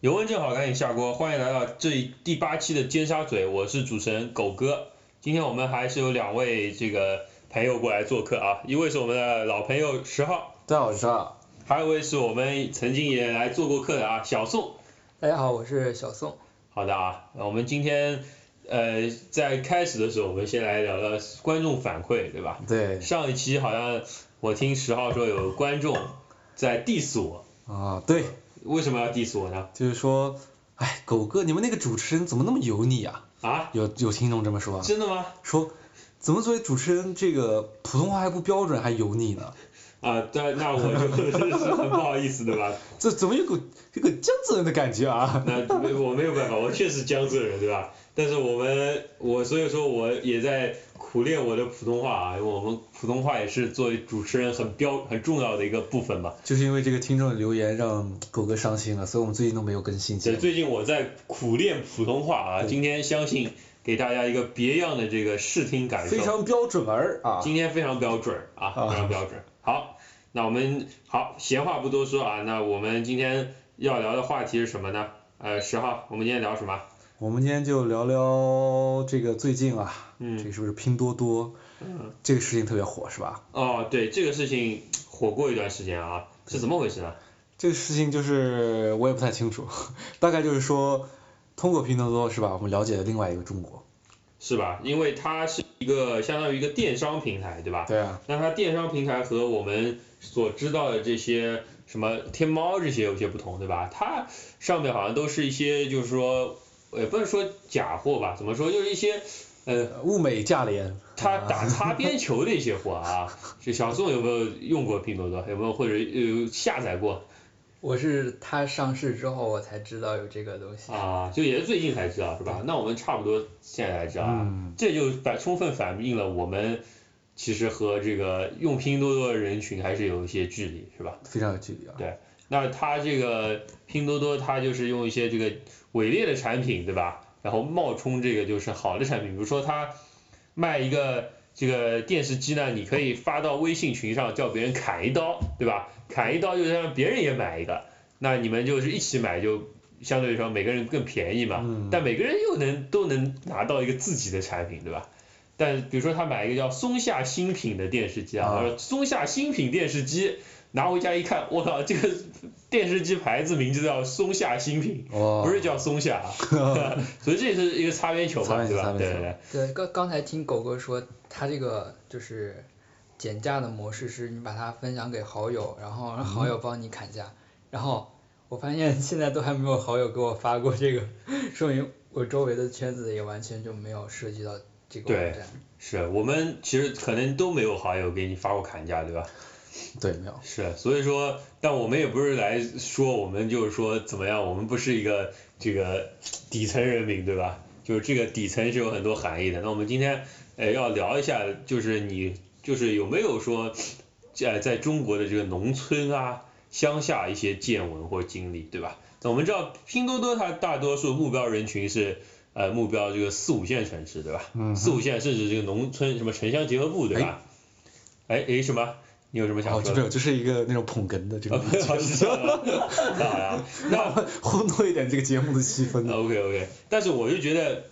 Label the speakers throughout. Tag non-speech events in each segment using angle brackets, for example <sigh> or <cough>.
Speaker 1: 有问正好赶紧下锅，欢迎来到这第八期的尖沙咀，我是主持人狗哥。今天我们还是有两位这个朋友过来做客啊，一位是我们的老朋友十号，
Speaker 2: 大家好，我是二。
Speaker 1: 还有一位是我们曾经也来做过客的啊小宋。
Speaker 3: 大家好，我是小宋。
Speaker 1: 好的啊，那我们今天呃在开始的时候，我们先来聊聊观众反馈，对吧？
Speaker 2: 对
Speaker 1: 上一期好像我听十号说有观众在 diss 我，
Speaker 2: 啊，对，
Speaker 1: 为什么要 diss 我呢？
Speaker 2: 就是说，哎，狗哥，你们那个主持人怎么那么油腻啊？
Speaker 1: 啊，
Speaker 2: 有有听众这么说啊，
Speaker 1: 真的吗？
Speaker 2: 说怎么作为主持人，这个普通话还不标准，还油腻呢？
Speaker 1: 啊，对，那我就 <laughs> 真的是很不好意思，对吧？
Speaker 2: 这怎么有股这个江浙人的感觉
Speaker 1: <laughs>
Speaker 2: 啊？
Speaker 1: 那没我没有办法，我确实江浙人，对吧？但是我们我所以说我也在苦练我的普通话啊，因为我们普通话也是作为主持人很标很重要的一个部分嘛。
Speaker 2: <laughs> 就是因为这个听众的留言让狗哥伤心了，所以我们最近都没有更新节
Speaker 1: 这
Speaker 2: 目。
Speaker 1: 最近我在苦练普通话啊，
Speaker 2: 对
Speaker 1: 今天相信给大家一个别样的这个视听感受。
Speaker 2: 非常标准儿啊！
Speaker 1: 今天非常标准啊，
Speaker 2: 啊
Speaker 1: 非常标准。好，那我们好，闲话不多说啊，那我们今天要聊的话题是什么呢？呃，十号，我们今天聊什么？
Speaker 2: 我们今天就聊聊这个最近啊，这
Speaker 1: 嗯，
Speaker 2: 个是不是拼多多
Speaker 1: 嗯
Speaker 2: 这个事情特别火是吧？
Speaker 1: 哦，对，这个事情火过一段时间啊，是怎么回事呢？
Speaker 2: 这个事情就是我也不太清楚，大概就是说，通过拼多多是吧？我们了解了另外一个中国。
Speaker 1: 是吧？因为它是一个相当于一个电商平台，对吧？
Speaker 2: 对啊，
Speaker 1: 那它电商平台和我们所知道的这些什么天猫这些有些不同，对吧？它上面好像都是一些就是说，也不能说假货吧，怎么说，就是一些呃
Speaker 2: 物美价廉。
Speaker 1: 他打擦边球的一些货啊，这小宋有没有用过拼多多？有没有或者呃下载过
Speaker 3: 我是它上市之后我才知道有这个东西。
Speaker 1: 啊？就也是最近才知道是吧？那我们差不多现在才知道啊，
Speaker 2: 嗯，
Speaker 1: 这就反充分反映了我们其实和这个用拼多多的人群还是有一些距离是吧？
Speaker 2: 非常有距离啊。
Speaker 1: 那它这个拼多多，它就是用一些这个伪劣的产品，对吧？然后冒充这个就是好的产品，比如说它卖一个这个电视机呢，你可以发到微信群上叫别人砍一刀，对吧？砍一刀就是让别人也买一个，那你们就是一起买，就相对来说每个人更便宜嘛。
Speaker 2: 嗯，
Speaker 1: 但每个人又能都能拿到一个自己的产品，对吧？但比如说他买一个叫松下新品的电视机啊，
Speaker 2: 啊
Speaker 1: 我说松下新品电视机，拿回家一看，我靠，这个电视机牌子名字叫松下新品，
Speaker 2: 哇，
Speaker 1: 不是叫松
Speaker 2: <laughs>
Speaker 1: 下，啊，所以这也是一个擦边球嘛，
Speaker 2: 擦边
Speaker 1: 对
Speaker 2: 球
Speaker 1: 吧？
Speaker 2: 擦边
Speaker 1: 对
Speaker 2: 球
Speaker 1: 对对，
Speaker 3: 对，刚刚才听狗哥说，它这个就是减价的模式是你把它分享给好友，然后让好友帮你砍价。然后我发现现在都还没有好友给我发过这个，说明我周围的圈子也完全就没有涉及到这个
Speaker 1: 对
Speaker 3: 网站。
Speaker 1: 是我们其实可能都没有好友给你发过砍价，对吧？
Speaker 2: 对，没有。
Speaker 1: 是，所以说，但我们也不是来说我们就是说怎么样，我们不是一个这个底层人民，对吧？就是这个底层是有很多含义的。那我们今天呃要聊一下，就是你就是有没有说，呃，在中国的这个农村啊、乡下一些见闻或经历，对吧？那我们知道拼多多它大多数目标人群是呃目标这个四五线城市，对吧？
Speaker 2: 嗯，
Speaker 1: 四五线甚至这个农村什么城乡结合部，对吧？哎哎什么？你有什么想
Speaker 2: 哦，
Speaker 1: 说的
Speaker 2: 这？没有，就是一个那种捧哏 <laughs> 的这
Speaker 1: 啊，
Speaker 2: 种
Speaker 1: 不
Speaker 2: 意
Speaker 1: 要
Speaker 2: 见，
Speaker 1: 是这样啊，那好呀， <laughs> 那
Speaker 2: 烘托一点这个节目的气氛的。
Speaker 1: OK OK，但是我就觉得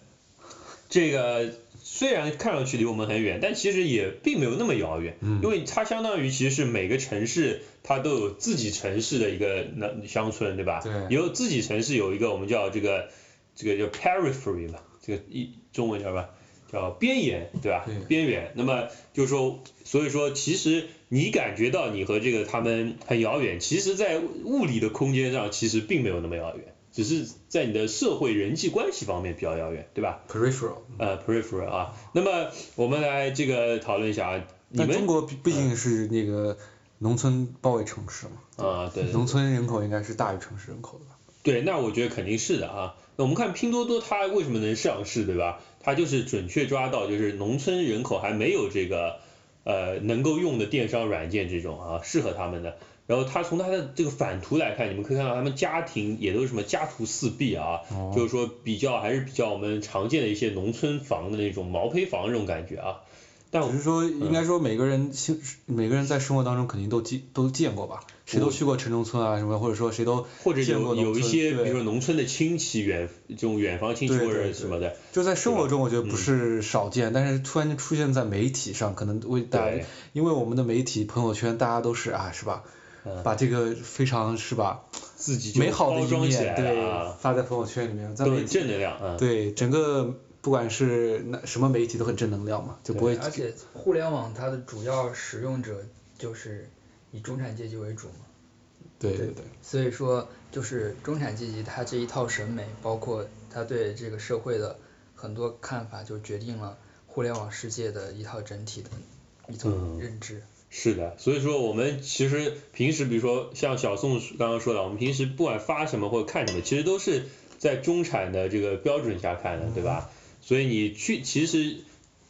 Speaker 1: 这个虽然看上去离我们很远，但其实也并没有那么遥远，
Speaker 2: 嗯
Speaker 1: 因为它相当于其实是每个城市它都有自己城市的一个那乡 <laughs> 村，对吧？
Speaker 2: 对
Speaker 1: 也有自己城市有一个我们叫这个这个叫 periphery 嘛，这个一中文叫什么？叫边沿，对吧
Speaker 2: 对？
Speaker 1: 边缘。那么就是说，所以说，其实你感觉到你和这个他们很遥远，其实，在物理的空间上，其实并没有那么遥远，只是在你的社会人际关系方面比较遥远，对吧？
Speaker 2: peripheral，
Speaker 1: 呃，peripheral 啊。那么我们来这个讨论一下啊，你
Speaker 2: 但中
Speaker 1: 们嗯
Speaker 2: 国毕毕竟是那个农村包围城市嘛，
Speaker 1: 啊，对，
Speaker 2: 农村人口应该是大于城市人口的吧？
Speaker 1: 对，那我觉得肯定是的啊。那我们看拼多多它为什么能上市，对吧？它就是准确抓到就是农村人口还没有这个呃能够用的电商软件这种啊适合他们的。然后它从它的这个反图来看，你们可以看到他们家庭也都是什么家徒四壁啊，
Speaker 2: 哦
Speaker 1: 就是说比较还是比较我们常见的一些农村房的那种毛坯房这种感觉啊。但我嗯
Speaker 2: 只是说，应该说每个人心，每个人在生活当中肯定都见都见过吧，
Speaker 1: 嗯
Speaker 2: 谁都去过城中村啊什么，或者说谁都
Speaker 1: 或者
Speaker 2: 见过
Speaker 1: 有
Speaker 2: 农
Speaker 1: 有一
Speaker 2: 村
Speaker 1: 些，
Speaker 2: 对
Speaker 1: 比如说农村的亲戚远，这种远房亲戚
Speaker 2: 对
Speaker 1: 或者
Speaker 2: 对
Speaker 1: 什么的，
Speaker 2: 就在生
Speaker 1: 对吧
Speaker 2: 活中我觉得
Speaker 1: 嗯
Speaker 2: 不是少见，但是突然就出现在媒体上，可能为大家
Speaker 1: 对，
Speaker 2: 因为我们的媒体朋友圈大家都是啊是吧，
Speaker 1: 嗯
Speaker 2: 把这个非常是吧
Speaker 1: 自己就
Speaker 2: 美好的
Speaker 1: 包
Speaker 2: 一
Speaker 1: 装起
Speaker 2: 面
Speaker 1: 来了
Speaker 2: 对
Speaker 1: 啊，
Speaker 2: 发在朋友圈里面，在
Speaker 1: 都
Speaker 2: 媒
Speaker 1: 是
Speaker 2: 体
Speaker 1: 正能量啊。
Speaker 2: 对整个不管是那什么媒体都很正能量嘛，就不会
Speaker 3: 而且互联网它的主要使用者就是以中产阶级为主嘛，
Speaker 2: 对对对
Speaker 3: 所以说就是中产阶级他这一套审美，包括他对这个社会的很多看法，就决定了互联网世界的一套整体的一种
Speaker 1: 嗯
Speaker 3: 认知。
Speaker 1: 是的，所以说我们其实平时，比如说像小宋刚刚说的，我们平时不管发什么或者看什么，其实都是在中产的这个标准下看的，对吧？所以你去其实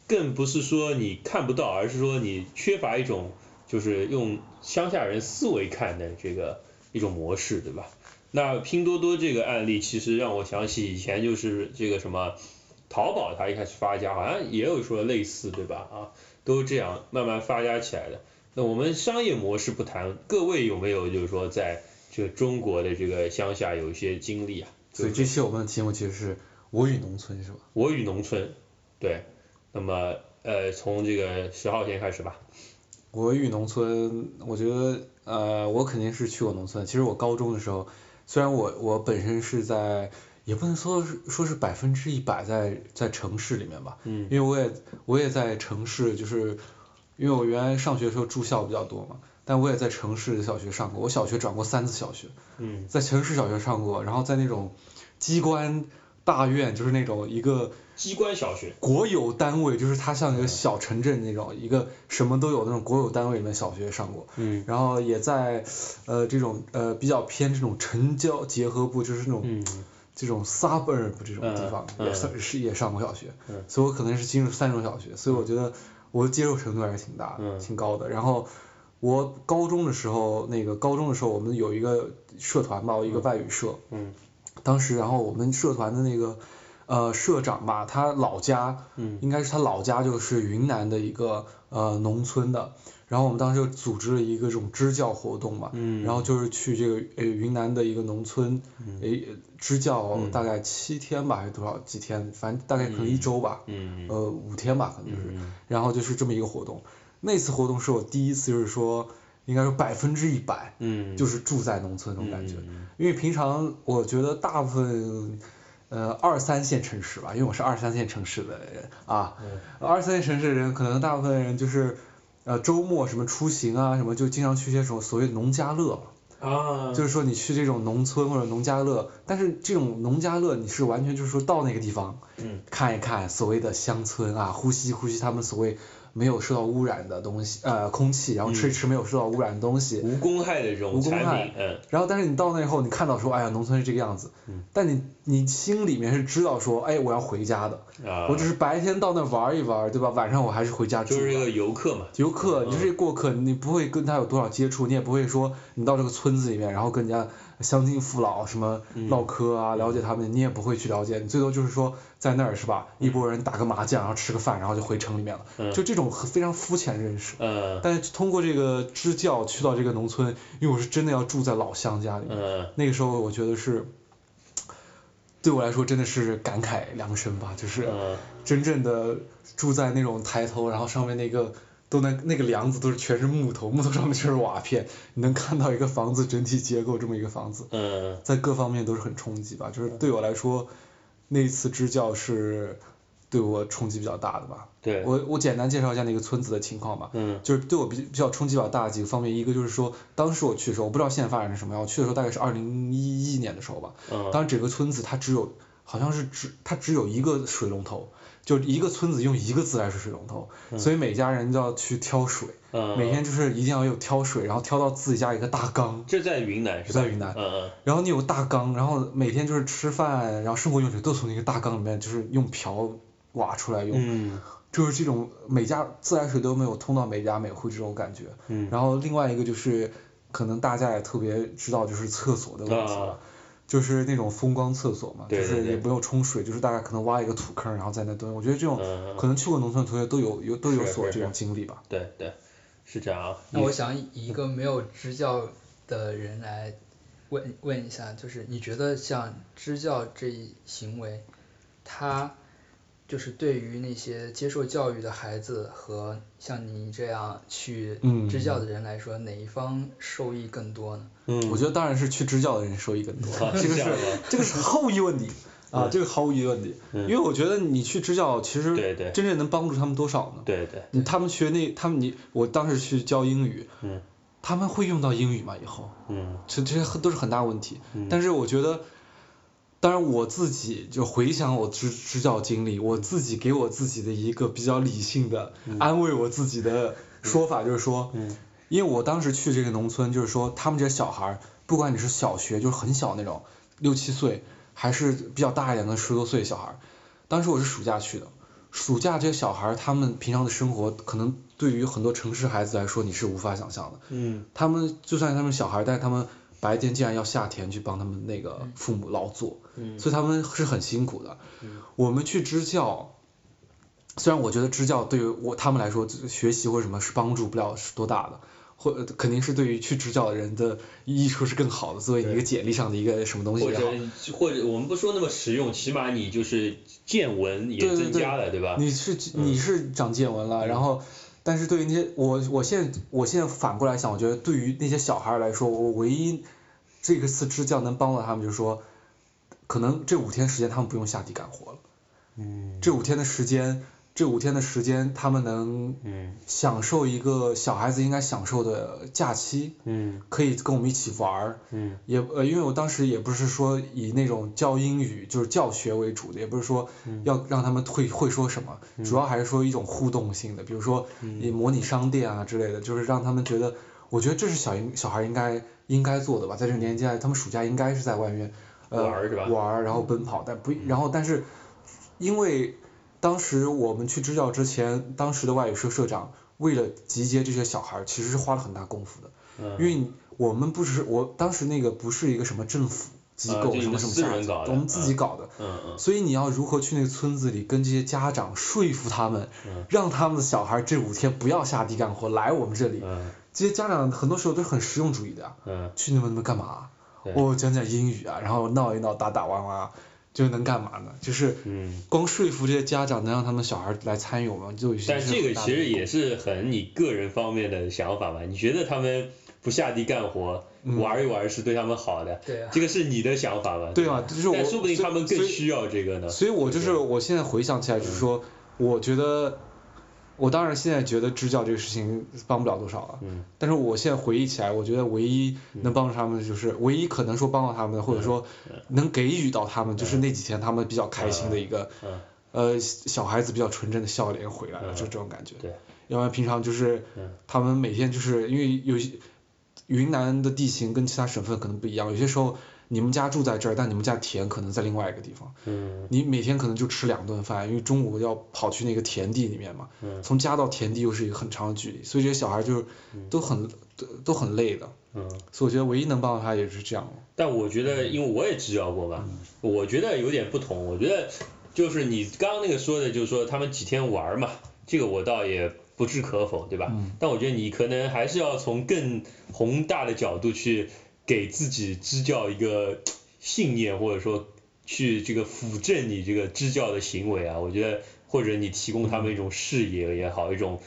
Speaker 1: 更不是说你看不到，而是说你缺乏一种就是用乡下人思维看的这个一种模式，对吧？那拼多多这个案例其实让我想起以前就是这个什么淘宝，它一开始发家好像也有说类似，对吧？啊，都是这样慢慢发家起来的。那我们商业模式不谈，各位有没有就是说在这个中国的这个乡下有一些经历啊？
Speaker 2: 所以这期我们的题目其实是我与农村是吧？
Speaker 1: 我与农村，对，那么呃，从这个十号先开始吧。
Speaker 2: 我与农村，我觉得呃，我肯定是去过农村。其实我高中的时候，虽然我我本身是在，也不能说是说是百分之一百在在城市里面吧，
Speaker 1: 嗯
Speaker 2: 因为我也我也在城市，就是因为我原来上学的时候住校比较多嘛，但我也在城市的小学上过。我小学转过三次小学，
Speaker 1: 嗯
Speaker 2: 在城市小学上过，然后在那种机关大院，就是那种一个
Speaker 1: 机关小学，
Speaker 2: 国有单位，就是它像一个小城镇那种，一个什么都有那种国有单位里面小学上过。
Speaker 1: 嗯
Speaker 2: 然后也在，呃，这种呃比较偏这种城郊结合部，就是那种、
Speaker 1: 嗯
Speaker 2: 这种 suburb 这种地方，
Speaker 1: 嗯
Speaker 2: 也上是也上过小学，
Speaker 1: 嗯
Speaker 2: 所以我可能是进入三种小学，所以我觉得我接受程度还是挺大的，
Speaker 1: 嗯
Speaker 2: 挺高的。然后我高中的时候，那个高中的时候，我们有一个社团吧，一个外语社，
Speaker 1: 嗯
Speaker 2: 当时然后我们社团的那个呃社长吧，他老家。
Speaker 1: 嗯
Speaker 2: 应该是他老家就是云南的一个呃农村的，然后我们当时就组织了一个这种支教活动嘛，
Speaker 1: 嗯
Speaker 2: 然后就是去这个呃云南的一个农村，诶支教
Speaker 1: 嗯
Speaker 2: 大概七天吧还是多少几天，反正大概可能一周吧，
Speaker 1: 嗯
Speaker 2: 呃五天吧可能就是，
Speaker 1: 嗯
Speaker 2: 然后就是这么一个活动，那次活动是我第一次就是说应该说百分之一百
Speaker 1: 嗯，
Speaker 2: 就是住在农村那种感觉，
Speaker 1: 嗯
Speaker 2: 因为平常我觉得大部分，呃，二三线城市吧，因为我是二三线城市的人啊，二三线城市的人可能大部分人就是，呃，周末什么出行啊什么，就经常去一些什么所谓农家乐，
Speaker 1: 啊，
Speaker 2: 就是说你去这种农村或者农家乐，但是这种农家乐你是完全就是说到那个地方，
Speaker 1: 嗯
Speaker 2: 看一看所谓的乡村啊，呼吸呼吸他们所谓没有受到污染的东西，呃，空气，然后吃一吃没有受到污染的东西，
Speaker 1: 无公害的这种
Speaker 2: 无公
Speaker 1: 产
Speaker 2: 害
Speaker 1: 品，嗯
Speaker 2: 然后，但是你到那以后，你看到说，哎呀，农村是这个样子，
Speaker 1: 嗯
Speaker 2: 但你你心里面是知道说，哎，我要回家的，
Speaker 1: 啊，
Speaker 2: 我只是白天到那玩一玩，对吧？晚上我还是回家住
Speaker 1: 就是一
Speaker 2: 的。
Speaker 1: 个游客嘛，
Speaker 2: 游客，
Speaker 1: 嗯
Speaker 2: 你就是一个过客，你不会跟他有多少接触，你也不会说你到这个村子里面，然后跟人家乡亲父老什么
Speaker 1: 嗯
Speaker 2: 唠嗑啊，了解他们，你也不会去了解，你最多就是说在那儿是吧？一拨人打个麻将，然后吃个饭，然后就回城里面了，
Speaker 1: 嗯
Speaker 2: 就这种非常肤浅的认识。
Speaker 1: 嗯
Speaker 2: 但是通过这个支教去到这个农村，因为我是真的要住在老乡家里面，
Speaker 1: 嗯
Speaker 2: 那个时候我觉得是，对我来说真的是感慨良深吧，就是
Speaker 1: 嗯
Speaker 2: 真正的住在那种抬头，然后上面那个都能那个梁子都是全是木头，木头上面全是瓦片，你能看到一个房子整体结构这么一个房子，
Speaker 1: 嗯
Speaker 2: 在各方面都是很冲击吧，就是对我来说，那一次支教是对我冲击比较大的吧。
Speaker 1: 对，
Speaker 2: 我我简单介绍一下那个村子的情况吧。
Speaker 1: 嗯
Speaker 2: 就是对我比比较冲击比较大的几个方面，一个就是说，当时我去的时候，我不知道现在发展成什么样。我去的时候大概是二零一一年的时候吧，
Speaker 1: 嗯
Speaker 2: 当时整个村子它只有，好像是只它只有一个水龙头，就一个村子用一个自来水水龙头，所以每家人都要去挑水，
Speaker 1: 嗯，
Speaker 2: 每天就是一定要有挑水，然后挑到自己家一个大缸，
Speaker 1: 这在云南是
Speaker 2: 就
Speaker 1: 吧？
Speaker 2: 在云南，
Speaker 1: 嗯
Speaker 2: 然后你有大缸，然后每天就是吃饭，然后生活用水都从那个大缸里面就是用瓢挖出来用。
Speaker 1: 嗯
Speaker 2: 就是这种每家自来水都没有通到每家每户这种感觉。
Speaker 1: 嗯
Speaker 2: 然后另外一个就是，可能大家也特别知道就是厕所的问题了
Speaker 1: 啊，
Speaker 2: 就是那种风光厕所嘛，就
Speaker 1: 对对
Speaker 2: 是也
Speaker 1: 对
Speaker 2: 不用冲水，就是大家可能挖一个土坑，然后在那蹲。我觉得这种
Speaker 1: 嗯
Speaker 2: 可能去过农村的同学都有有都有
Speaker 1: 是
Speaker 2: 所
Speaker 1: 是
Speaker 2: 这
Speaker 1: 是
Speaker 2: 种经历吧。
Speaker 1: 对对，是这样啊。
Speaker 3: 那我想以一个没有支教的人来问问一下，就是你觉得像支教这一行为，它就是对于那些接受教育的孩子和像你这样去
Speaker 2: 嗯
Speaker 3: 支教的人来说，哪一方受益更多呢？
Speaker 1: 嗯，啊
Speaker 2: 我觉得当然是去支教的人收益更多
Speaker 1: 好，
Speaker 2: 这个
Speaker 1: <laughs> 这
Speaker 2: 是
Speaker 1: 样吧
Speaker 2: 这个是毫无疑问的
Speaker 1: <laughs>
Speaker 2: 啊，这个毫无疑问的，因为我觉得你去支教其实
Speaker 1: 嗯对对
Speaker 2: 真正能帮助他们多少呢？
Speaker 1: 对对，
Speaker 2: 你他们学那他们你我当时去教英语，
Speaker 1: 嗯
Speaker 2: 他们会用到英语吗？以后
Speaker 1: 嗯
Speaker 2: 这这些都是很大问题。
Speaker 1: 嗯
Speaker 2: 但是我觉得，当然我自己就回想我支支教经历，我自己给我自己的一个比较理性的、安慰我自己的说法，就是说，
Speaker 1: 嗯
Speaker 2: 因为我当时去这个农村，就是说他们这些小孩儿，不管你是小学就是很小那种六七岁，还是比较大一点的十多岁小孩儿，当时我是暑假去的。暑假这些小孩儿，他们平常的生活可能对于很多城市孩子来说，你是无法想象的。
Speaker 1: 嗯
Speaker 2: 他们就算是他们小孩，但是他们白天竟然要下田去帮他们那个父母劳作，
Speaker 1: 嗯
Speaker 2: 所以他们是很辛苦的。
Speaker 1: 嗯
Speaker 2: 我们去支教，虽然我觉得支教对于我他们来说这个学习或者什么是帮助不了是多大的，或呃肯定是对于去支教的人的益处是更好的，作为你一个
Speaker 1: 对
Speaker 2: 简历上的一个什么东西啊
Speaker 1: 或
Speaker 2: 也好
Speaker 1: 者。或者我们不说那么实用，起码你就是见闻也
Speaker 2: 对对
Speaker 1: 增加了，对吧？嗯
Speaker 2: 你是你是长见闻了，然后，但是对于那些我我现在我现在反过来想，我觉得对于那些小孩儿来说，我唯一这个次支教能帮到他们，就是说，可能这五天时间他们不用下地干活了，
Speaker 1: 嗯
Speaker 2: 这五天的时间，这五天的时间他们能
Speaker 1: 嗯
Speaker 2: 享受一个小孩子应该享受的假期，
Speaker 1: 嗯
Speaker 2: 可以跟我们一起玩儿，
Speaker 1: 嗯
Speaker 2: 也呃，因为我当时也不是说以那种教英语就是教学为主的，也不是说
Speaker 1: 嗯
Speaker 2: 要让他们会会说什么，主要还是说一种互动性的，比如说
Speaker 1: 嗯
Speaker 2: 你模拟商店啊之类的，就是让他们觉得，我觉得这是小应小孩应该应该做的吧，在这个年纪，他们暑假应该是在外面呃
Speaker 1: 玩儿是吧嗯
Speaker 2: 玩儿，然后奔跑，但不然后但是因为当时我们去支教之前，当时的外语社社长为了集结这些小孩儿，其实是花了很大功夫的。
Speaker 1: 嗯
Speaker 2: 因为你我们不是我当时那个不是一个什么政府机
Speaker 1: 啊
Speaker 2: 构、
Speaker 1: 就你
Speaker 2: 什么
Speaker 1: 们
Speaker 2: 什么
Speaker 1: 私
Speaker 2: 下
Speaker 1: 人
Speaker 2: 级
Speaker 1: 搞的
Speaker 2: 我们自己搞的。
Speaker 1: 嗯嗯
Speaker 2: 所以你要如何去那个村子里跟这些家长说服他们，
Speaker 1: 嗯
Speaker 2: 让他们的小孩这五天不要下地干活，来我们这里。
Speaker 1: 嗯
Speaker 2: 这些家长很多时候都是很实用主义的啊，
Speaker 1: 嗯
Speaker 2: 去那边干嘛啊？
Speaker 1: 对
Speaker 2: 我讲讲英语啊，然后闹一闹，打打玩玩啊，就能干嘛呢？就是
Speaker 1: 嗯。
Speaker 2: 光说服这些家长，能让他们小孩来参与我们，就已经
Speaker 1: 但
Speaker 2: 是
Speaker 1: 这个
Speaker 2: 很大
Speaker 1: 其
Speaker 2: 的
Speaker 1: 实也是很你个人方面的想法吧？你觉得他们不下地干活、
Speaker 2: 嗯
Speaker 1: 玩一玩是对他们好的？
Speaker 3: 对啊
Speaker 1: 这个是你的想法吧？
Speaker 2: 对吧？就是我
Speaker 1: 啊但说不定
Speaker 2: 所
Speaker 1: 他
Speaker 2: 以
Speaker 1: 们
Speaker 2: 所
Speaker 1: 更
Speaker 2: 以
Speaker 1: 需要这个呢。
Speaker 2: 所以我就是
Speaker 1: 对嗯
Speaker 2: 我现在回想起来，就是说，我觉得，我当然现在觉得支教这个事情帮不了多少了，
Speaker 1: 嗯
Speaker 2: 但是我现在回忆起来，我觉得唯一能帮助他们的就是，唯一可能说帮到他们的，或
Speaker 1: 嗯
Speaker 2: 者说能给予到他们，就是那几天他们比较开心的一个，
Speaker 1: 嗯
Speaker 2: 呃，小孩子比较纯真的笑脸回来了，就这种感觉。
Speaker 1: 对，
Speaker 2: 要不然平常就是
Speaker 1: 嗯
Speaker 2: 他们每天就是因为有些云南的地形跟其他省份可能不一样，有些时候你们家住在这儿，但你们家田可能在另外一个地方。
Speaker 1: 嗯
Speaker 2: 你每天可能就吃两顿饭，因为中午要跑去那个田地里面嘛，
Speaker 1: 嗯
Speaker 2: 从家到田地又是一个很长的距离，所以这些小孩就是都很都都很累的，
Speaker 1: 嗯。
Speaker 2: 所以我觉得唯一能帮到他也是这样。
Speaker 1: 但我觉
Speaker 2: 嗯
Speaker 1: 得，因为我也支教过嘛，我觉得有点不同。我觉得就是你刚刚那个说的，就是说他们几天玩儿嘛，这个我倒也不置可否，对吧？
Speaker 2: 嗯
Speaker 1: 但我觉得你可能还是要从更宏大的角度去给自己支教一个信念，或者说去这个辅正你这个支教的行为啊。我觉得，或者你提供他
Speaker 2: 嗯
Speaker 1: 们一种视野也好，一种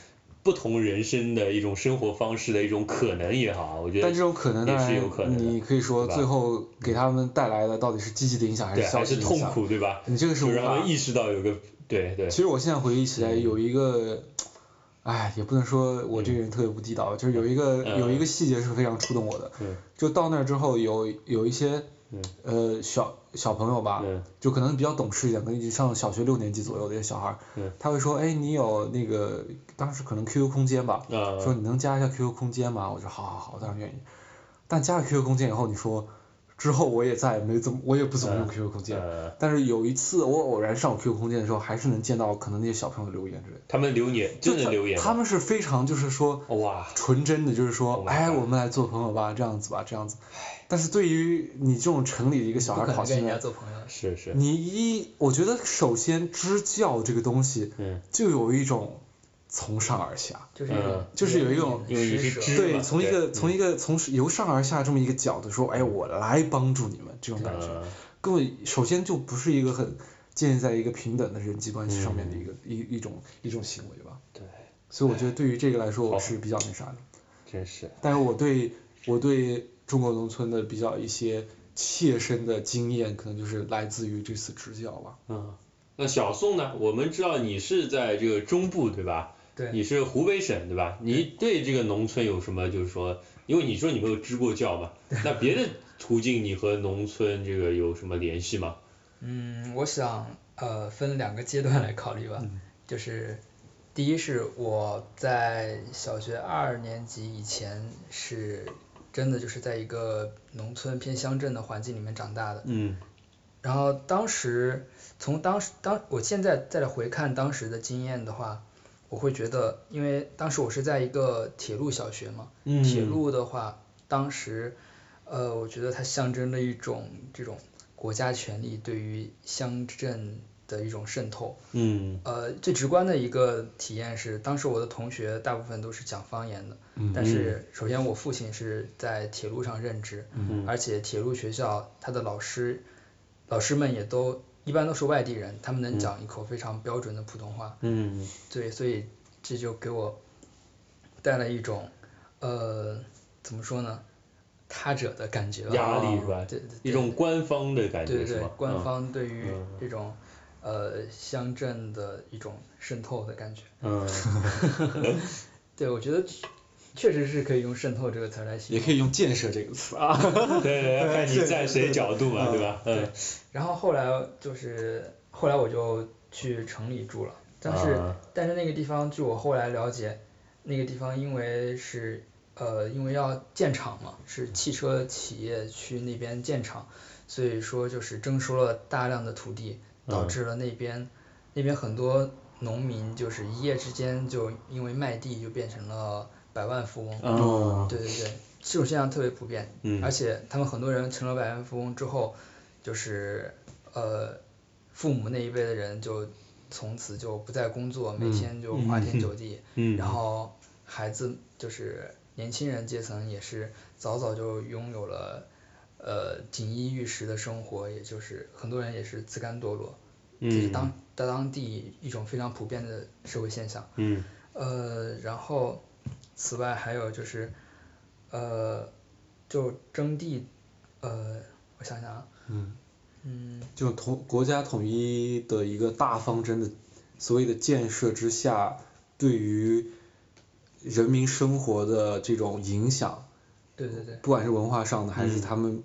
Speaker 1: 不同人生的一种生活方式的一种可能也好啊，我觉得
Speaker 2: 但这种可能
Speaker 1: 也
Speaker 2: 当
Speaker 1: 是有可能的
Speaker 2: 然，你可以说
Speaker 1: 对吧
Speaker 2: 最后给他们带来的到底是积极的影响还
Speaker 1: 对
Speaker 2: 是
Speaker 1: 还
Speaker 2: 消极
Speaker 1: 是
Speaker 2: 的
Speaker 1: 痛
Speaker 2: 影响？
Speaker 1: 苦，对吧？
Speaker 2: 你这个是
Speaker 1: 就
Speaker 2: 无
Speaker 1: 让
Speaker 2: 法
Speaker 1: 他。意识到有个对对
Speaker 2: 其，实我现在回忆起来有一个，哎，也不能说我这个人特别不地道，就是有一个
Speaker 1: 嗯
Speaker 2: 有一个细节是非常触动我的
Speaker 1: 嗯。
Speaker 2: 就到那儿之后，有有一些
Speaker 1: 嗯
Speaker 2: 呃小小朋友吧，
Speaker 1: 嗯
Speaker 2: 就可能比较懂事一点，可能已经上小学六年级左右的一些小孩儿
Speaker 1: 嗯，
Speaker 2: 他会说，哎，你有那个当时可能 QQ 空间吧，说
Speaker 1: 啊，
Speaker 2: 你能加一下 QQ 空间吗？我说好好好，我当然愿意。但加了 QQ 空间以后，你说之后我也再也没怎么，我也不怎么用
Speaker 1: 嗯
Speaker 2: QQ 空间。
Speaker 1: 呃，
Speaker 2: 但是有一次我偶然上 QQ 空间的时候，还是能见到可能那些小朋友留言之类的，
Speaker 1: 他们留言
Speaker 2: 就
Speaker 1: 真的
Speaker 2: 他
Speaker 1: 留言吗，
Speaker 2: 他们是非常就是说
Speaker 1: 哇，
Speaker 2: 纯真的，就是说，
Speaker 1: Oh my
Speaker 2: 哎，
Speaker 1: God
Speaker 2: 我们来做朋友吧，这样子吧，这样子。但是对于你这种城里的一个小
Speaker 3: 不
Speaker 2: 孩
Speaker 3: 可
Speaker 2: 跑
Speaker 3: 能跟
Speaker 2: 进
Speaker 3: 人家
Speaker 2: 来，
Speaker 3: 做朋友。
Speaker 1: 是是，
Speaker 2: 你一我觉得首先支教这个东西
Speaker 1: 嗯
Speaker 2: 就有一种从上而下，
Speaker 3: 就是一种
Speaker 1: 嗯
Speaker 2: 就是有一种
Speaker 1: 因为你
Speaker 3: 施
Speaker 1: 是知
Speaker 3: 舍，
Speaker 1: 嘛
Speaker 2: 对，从一个
Speaker 1: 对
Speaker 2: 从一个从由上而下这么一个角度说，哎，我来帮助你们这种感觉，
Speaker 1: 嗯
Speaker 2: 根本首先就不是一个很建立在一个平等的人际关系上面的一个、一一种一种行为吧。
Speaker 1: 对，
Speaker 2: 所以我觉得对于这个来说，
Speaker 1: 好
Speaker 2: 我是比较那啥的。
Speaker 1: 真是，
Speaker 2: 但是我对我对中国农村的比较一些切身的经验，可能就是来自于这次支教吧。
Speaker 1: 嗯。那小宋呢？我们知道你是在这个中部对吧？
Speaker 3: 对，
Speaker 1: 你是湖北省对吧？你对这个农村有什么就是说，因为你说你没有支过教嘛，那别的途径你和农村这个有什么联系吗？
Speaker 3: 嗯，我想呃分两个阶段来考虑吧，
Speaker 2: 嗯
Speaker 3: 就是第一是我在小学二年级以前是真的就是在一个农村偏乡镇的环境里面长大的。
Speaker 1: 嗯
Speaker 3: 然后当时从当时当我现在再来回看当时的经验的话，我会觉得，因为当时我是在一个铁路小学嘛，
Speaker 1: 嗯
Speaker 3: 铁路的话，当时呃，我觉得它象征着一种这种国家权力对于乡镇的一种渗透。
Speaker 1: 嗯
Speaker 3: 呃，最直观的一个体验是，当时我的同学大部分都是讲方言的，
Speaker 2: 嗯
Speaker 3: 但是首先我父亲是在铁路上任职，
Speaker 1: 嗯
Speaker 3: 而且铁路学校它的老师，老师们也都一般都是外地人，他们能讲一口非常标准的普通话，
Speaker 1: 嗯
Speaker 3: 对，所以这就给我带来一种，呃，怎么说呢，他者的感觉吧，啊
Speaker 1: 压力是吧
Speaker 3: 对对对
Speaker 1: 一种官方的感
Speaker 3: 对
Speaker 1: 觉
Speaker 3: 对
Speaker 1: 是
Speaker 3: 对
Speaker 1: 吗？，
Speaker 3: 官方对于
Speaker 1: 嗯
Speaker 3: 这种呃乡镇的一种渗透的感觉。
Speaker 1: 嗯， <laughs>
Speaker 3: 对，我觉得确确实是可以用渗透这个词儿来形
Speaker 2: 也
Speaker 3: 容。
Speaker 2: 可以用建设这个词啊。
Speaker 1: 嗯对，要看你站谁角度嘛，
Speaker 2: 对
Speaker 1: 对吧？嗯
Speaker 3: 然后后来就是后来我就去城里住了，但是、
Speaker 1: 啊
Speaker 3: 但是那个地方据我后来了解，那个地方因为是呃因为要建厂嘛，是汽车企业去那边建厂，所以说就是征收了大量的土地，导
Speaker 1: 嗯
Speaker 3: 致了那边、那边很多农民就是一夜之间就因为卖地就变成了百万富翁。
Speaker 1: 嗯
Speaker 3: 对对对，这种现象特别普遍。
Speaker 1: 嗯
Speaker 3: 而且他们很多人成了百万富翁之后，就是呃，父母那一辈的人就从此就不再工作，每天就花天酒地，
Speaker 1: 嗯
Speaker 3: 然后孩子就是年轻人阶层也是早早就拥有了呃锦衣玉食的生活，也就是很多人也是自甘堕落，这是
Speaker 1: 嗯
Speaker 3: 当在当地一种非常普遍的社会现象。
Speaker 1: 嗯
Speaker 3: 呃，然后此外还有就是，呃，就征地，呃，我想想啊，
Speaker 2: 嗯，
Speaker 3: 嗯，
Speaker 2: 就统国家统一的一个大方针的所谓的建设之下，对于人民生活的这种影响，
Speaker 3: 对对对，
Speaker 2: 不管是文化上的还是
Speaker 1: 嗯
Speaker 2: 他们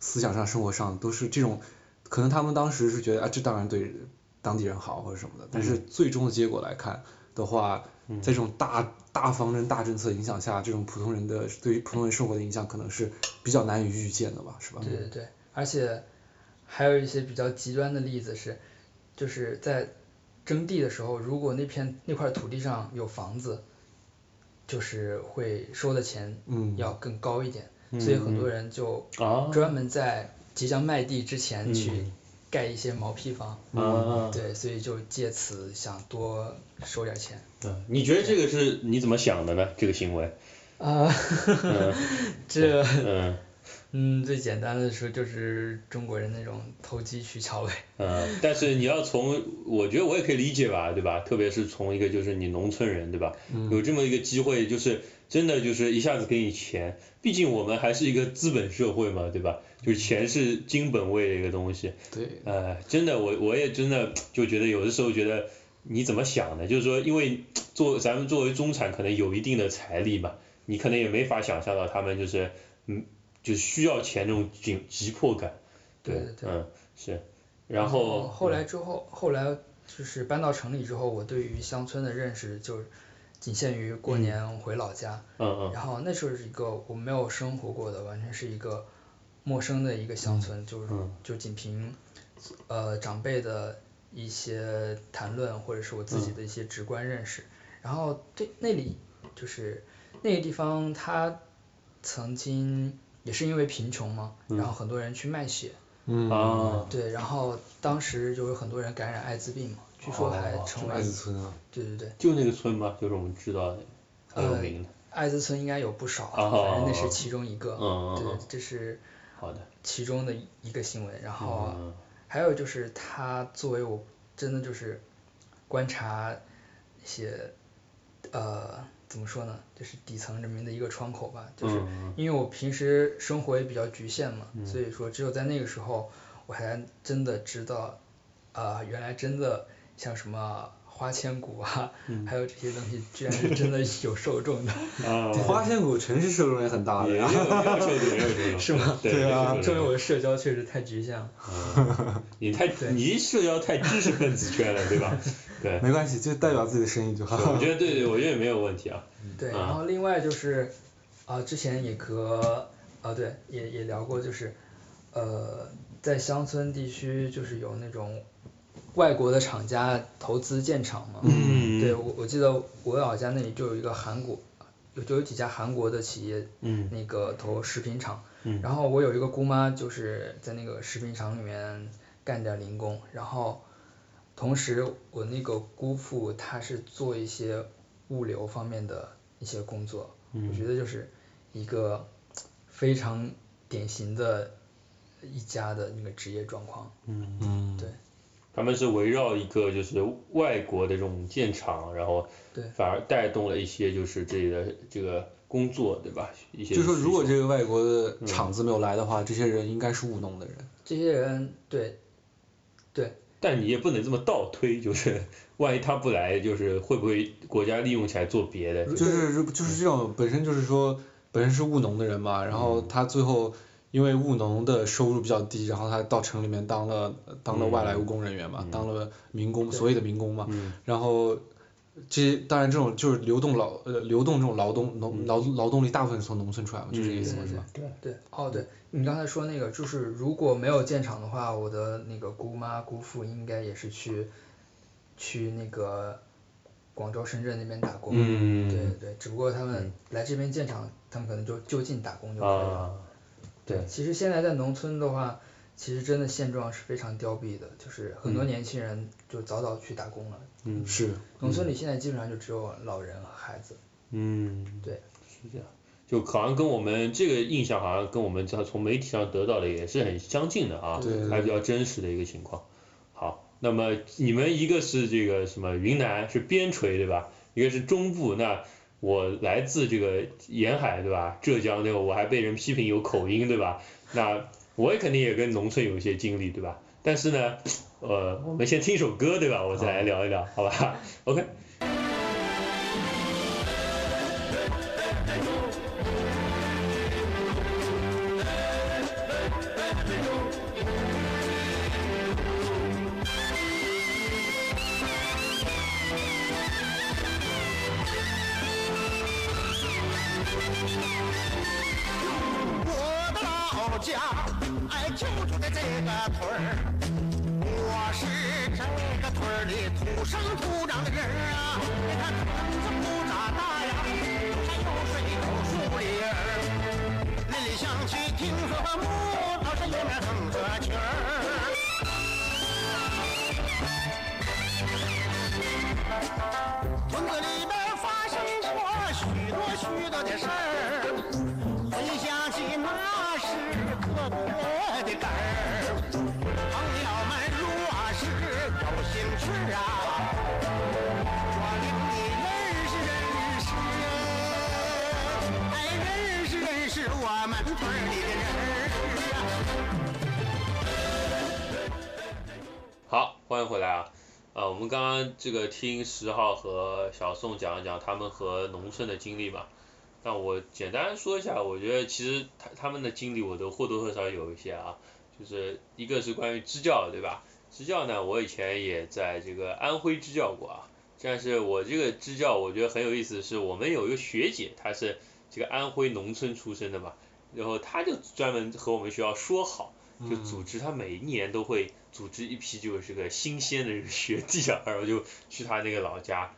Speaker 2: 思想上、生活上，都是这种。可能他们当时是觉得啊，这当然对当地人好或者什么
Speaker 3: 嗯
Speaker 2: 的，但是最终的结果来看的话，在这种大大方针、大政策影响下，这种普通人的对于普通人生活的影响，可能是比较难以预见的吧，是吧？
Speaker 3: 对对对，而且还有一些比较极端的例子是，就是在征地的时候，如果那片那块土地上有房子，就是会收的钱
Speaker 2: 嗯，
Speaker 3: 要更高一点，嗯所以很多人就
Speaker 1: 啊
Speaker 3: 专门在即将卖地之前去
Speaker 1: 嗯
Speaker 3: 盖一些毛坯房。
Speaker 1: 啊，
Speaker 3: 对，所以就借此想多收点钱。
Speaker 1: 嗯你觉得这个是你怎么想的呢？这个行为，
Speaker 3: 啊、
Speaker 1: 嗯
Speaker 3: <laughs> 这
Speaker 1: 嗯
Speaker 3: 嗯，最简单的说就是中国人那种投机取巧呗。
Speaker 1: 嗯，但是你要从，我觉得我也可以理解吧，对吧？特别是从一个就是你农村人，对吧？有这么一个机会，就是真的就是一下子给你钱，毕竟我们还是一个资本社会嘛，对吧？就是钱是金本位的一个东西，
Speaker 2: 对，
Speaker 1: 呃，真的，我我也真的就觉得有的时候觉得你怎么想的？就是说，因为做咱们作为中产，可能有一定的财力嘛，你可能也没法想象到他们就是嗯，就是需要钱那种紧急迫感。
Speaker 3: 对对对
Speaker 1: 嗯，是。 <laughs> 然后
Speaker 3: 嗯
Speaker 1: 嗯
Speaker 3: 后来之后，后来就是搬到城里之后，我对于乡村的认识就仅限于过年回老家，
Speaker 1: 嗯
Speaker 3: 然后那就是一个我没有生活过的，完全是一个陌生的一个乡村，
Speaker 1: 嗯
Speaker 3: 就是就仅凭呃长辈的一些谈论，或者是我自
Speaker 1: 嗯
Speaker 3: 己的一些直观认识。然后对那里就是那个地方，它曾经也是因为贫穷嘛，然后很多人去卖血，
Speaker 1: 嗯
Speaker 2: 嗯
Speaker 1: 啊，
Speaker 3: 对，然后当时就有很多人感染艾滋病嘛，据说还
Speaker 2: 哦
Speaker 3: 成
Speaker 2: 这
Speaker 3: 为、
Speaker 2: 艾滋村啊，
Speaker 3: 对对对，
Speaker 1: 就那个村吧，就是我们知道的很有名的，
Speaker 3: 艾滋村应该有不少，
Speaker 1: 哦
Speaker 3: 反正那是其中一个，
Speaker 1: 嗯嗯嗯
Speaker 3: 呃对
Speaker 1: 嗯，
Speaker 3: 这是
Speaker 1: 好的，
Speaker 3: 其中的一个新闻。然后
Speaker 1: 嗯
Speaker 3: 还有就是他作为我真的就是观察一些呃怎么说呢，就是底层人民的一个窗口吧，就是
Speaker 1: 嗯
Speaker 3: 因为我平时生活也比较局限嘛，所以说只有在那个时候，我才真的知道，啊、原来真的像什么花千骨啊，
Speaker 1: 嗯
Speaker 3: 还有这些东西，居然是真的有受众的。
Speaker 1: 啊，
Speaker 2: 花千骨城市受众也很大的
Speaker 1: 也
Speaker 2: 呀
Speaker 1: 有。也有受啊众，也有受众，
Speaker 3: <laughs> 是吗
Speaker 1: 对
Speaker 2: 对啊
Speaker 3: <laughs>
Speaker 1: 也有受
Speaker 3: 说明
Speaker 1: 众
Speaker 3: 我的社交确实太局限了。
Speaker 1: 嗯你太
Speaker 3: 对
Speaker 1: 你社交太知识分子圈了，对
Speaker 3: <laughs>
Speaker 1: 吧？对，
Speaker 2: 没关系，就代表自己的声音就好。
Speaker 1: 我觉得对对，我觉得没有问题啊。
Speaker 3: 对，然后另外就是，啊、之前也和啊对，也也聊过，就是，呃，在乡村地区就是有那种外国的厂家投资建厂嘛，
Speaker 1: 嗯
Speaker 3: 对我我记得我老家那里就有一个韩国，有就有几家韩国的企业，
Speaker 1: 嗯
Speaker 3: 那个投食品厂，
Speaker 1: 嗯
Speaker 3: 然后我有一个姑妈就是在那个食品厂里面干点零工，然后同时我那个姑父他是做一些物流方面的一些工作，
Speaker 1: 嗯
Speaker 3: 我觉得就是一个非常典型的一家的那个职业状况，
Speaker 1: 嗯，
Speaker 2: 嗯，
Speaker 3: 对
Speaker 1: 他们是围绕一个就是外国的这种建厂，然后
Speaker 3: 对
Speaker 1: 反而带动了一些就是这个这个工作，对吧？一些
Speaker 2: 就说如果
Speaker 1: 需
Speaker 2: 这个外国的厂子没有来的话，这些人应该是务农的人。
Speaker 3: 这些人对
Speaker 1: 求，但你也不能这么倒推，就是万一他不来，就是会不会国家利用起来做别的？
Speaker 2: 嗯就是如就是这种本身就是说本身是务农的人嘛，然后他最后因为务农的收入比较低，然后他到城里面当了当了外来务工人员嘛，当了民工，所谓的民工嘛，然后。这当然，这种就是流动劳呃流动这种劳动农劳劳动力大部分是从农村出来嘛，就这个意思嘛，是吧？
Speaker 1: 对，嗯
Speaker 3: 对，哦，对你刚才说那个，就是如果没有建厂的话，我的那个姑妈姑父应该也是去去那个广州、深圳那边打工。
Speaker 1: 嗯
Speaker 3: 对对对，只不过他们来这边建厂，他们可能就就近打工就可以了。
Speaker 1: 啊，对，
Speaker 3: 其实现在在农村的话，其实真的现状是非常凋敝的，就是很多年轻人就早早去打工了。
Speaker 1: 嗯
Speaker 2: 是，
Speaker 3: 农村里现在基本上就只有老人和孩子。
Speaker 1: 嗯，
Speaker 3: 对，
Speaker 1: 是这样，就好像跟我们这个印象，好像跟我们这样从媒体上得到的也是很相近的啊，
Speaker 2: 对
Speaker 1: 还比较真实的一个情况。好，那么你们一个是这个什么云南是边陲对吧？一个是中部，那我来自这个沿海对吧？浙江对吧？我还被人批评有口音对吧？那我也肯定也跟农村有一些经历对吧？但是呢，呃，我们先听一首歌对吧？我再来聊一聊，好吧？OK。
Speaker 4: 我的老家，哎，就住在这个屯儿。我是这个屯儿里土生土长的人儿啊，你看屯子不咋大呀，有山有水有树林儿。邻里乡亲听说和睦，老少爷们儿哼着曲儿。村子里边发生过许多许多的事儿，回想起那是个别的根儿。朋友们若啊是有兴趣啊，我领你哎认识认识，哎，认识认识我们村儿里的人儿啊。
Speaker 1: 好，欢迎回来啊！呃，我们刚刚这个听十号和小宋讲一讲他们和农村的经历嘛。那我简单说一下，我觉得其实他他们的经历我都或多或少有一些啊，就是一个是关于支教，对吧？支教呢，我以前也在这个安徽支教过啊，但是我这个支教我觉得很有意思，是我们有一个学姐，她是这个安徽农村出身的嘛，然后她就专门和我们学校说好，就组织他每一年都会组织一批就是个新鲜的学弟啊，然后就去他那个老家，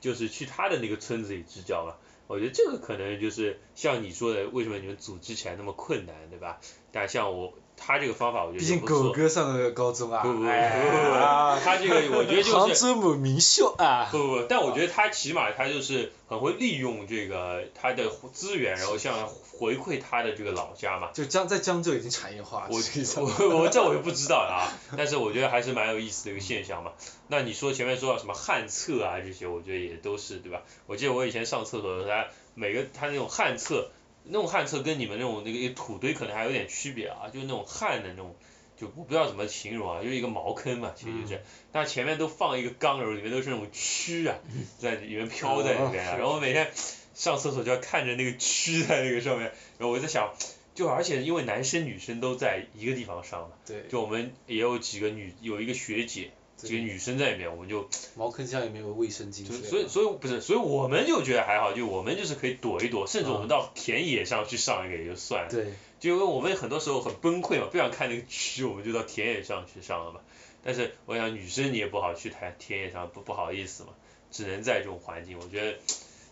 Speaker 1: 就是去他的那个村子里支教嘛。我觉得这个可能就是像你说的，为什么你们组织起来那么困难，对吧？但像我他这个方法我觉
Speaker 2: 毕
Speaker 1: 得也
Speaker 2: 竟
Speaker 1: 不
Speaker 2: 狗
Speaker 1: 错。
Speaker 2: 哥上了高中啊，
Speaker 1: 不不不不不
Speaker 2: 哎
Speaker 1: 不，啊他这个我觉得就
Speaker 2: 杭
Speaker 1: 是
Speaker 2: 州某名校啊，
Speaker 1: 不不不，但我觉得他起码他就是很会利用这个他的资源，然后像回馈他的这个老家嘛。
Speaker 2: 就江在江浙已经产业化了，
Speaker 1: 我
Speaker 2: 实际上
Speaker 1: 我我这我就不知道了啊，但是我觉得还是蛮有意思的一个现象嘛。那你说前面说到什么旱厕啊这些，我觉得也都是对吧？我记得我以前上厕所的时候，它每个它那种旱厕，那种旱厕跟你们那种那个土堆可能还有点区别啊，就是那种旱的那种，就我不知道怎么形容啊，就是一个茅坑嘛，其实
Speaker 2: 嗯
Speaker 1: 就是，但前面都放一个缸，然后里面都是那种蛆啊，
Speaker 2: 嗯
Speaker 1: 在里面飘在里面
Speaker 2: 哦
Speaker 1: 啊，然后每天上厕所就要看着那个蛆在那个上面，然后我在想。就而且因为男生女生都在一个地方上嘛，
Speaker 2: 对，
Speaker 1: 就我们也有几个女有一个学姐，几个女生在里面，我们就
Speaker 2: 茅坑下也没有卫生巾
Speaker 1: 就
Speaker 2: 之类的，
Speaker 1: 所以所以不是，所以我们就觉得还好，就我们就是可以躲一躲，甚至
Speaker 2: 嗯
Speaker 1: 我们到田野上去上一个也就算了，
Speaker 2: 对，
Speaker 1: 就因为我们很多时候很崩溃嘛，不想看那个蛆，我们就到田野上去上了嘛。但是我想女生你也不好去田田野上，不不好意思嘛，只能在这种环境，我觉得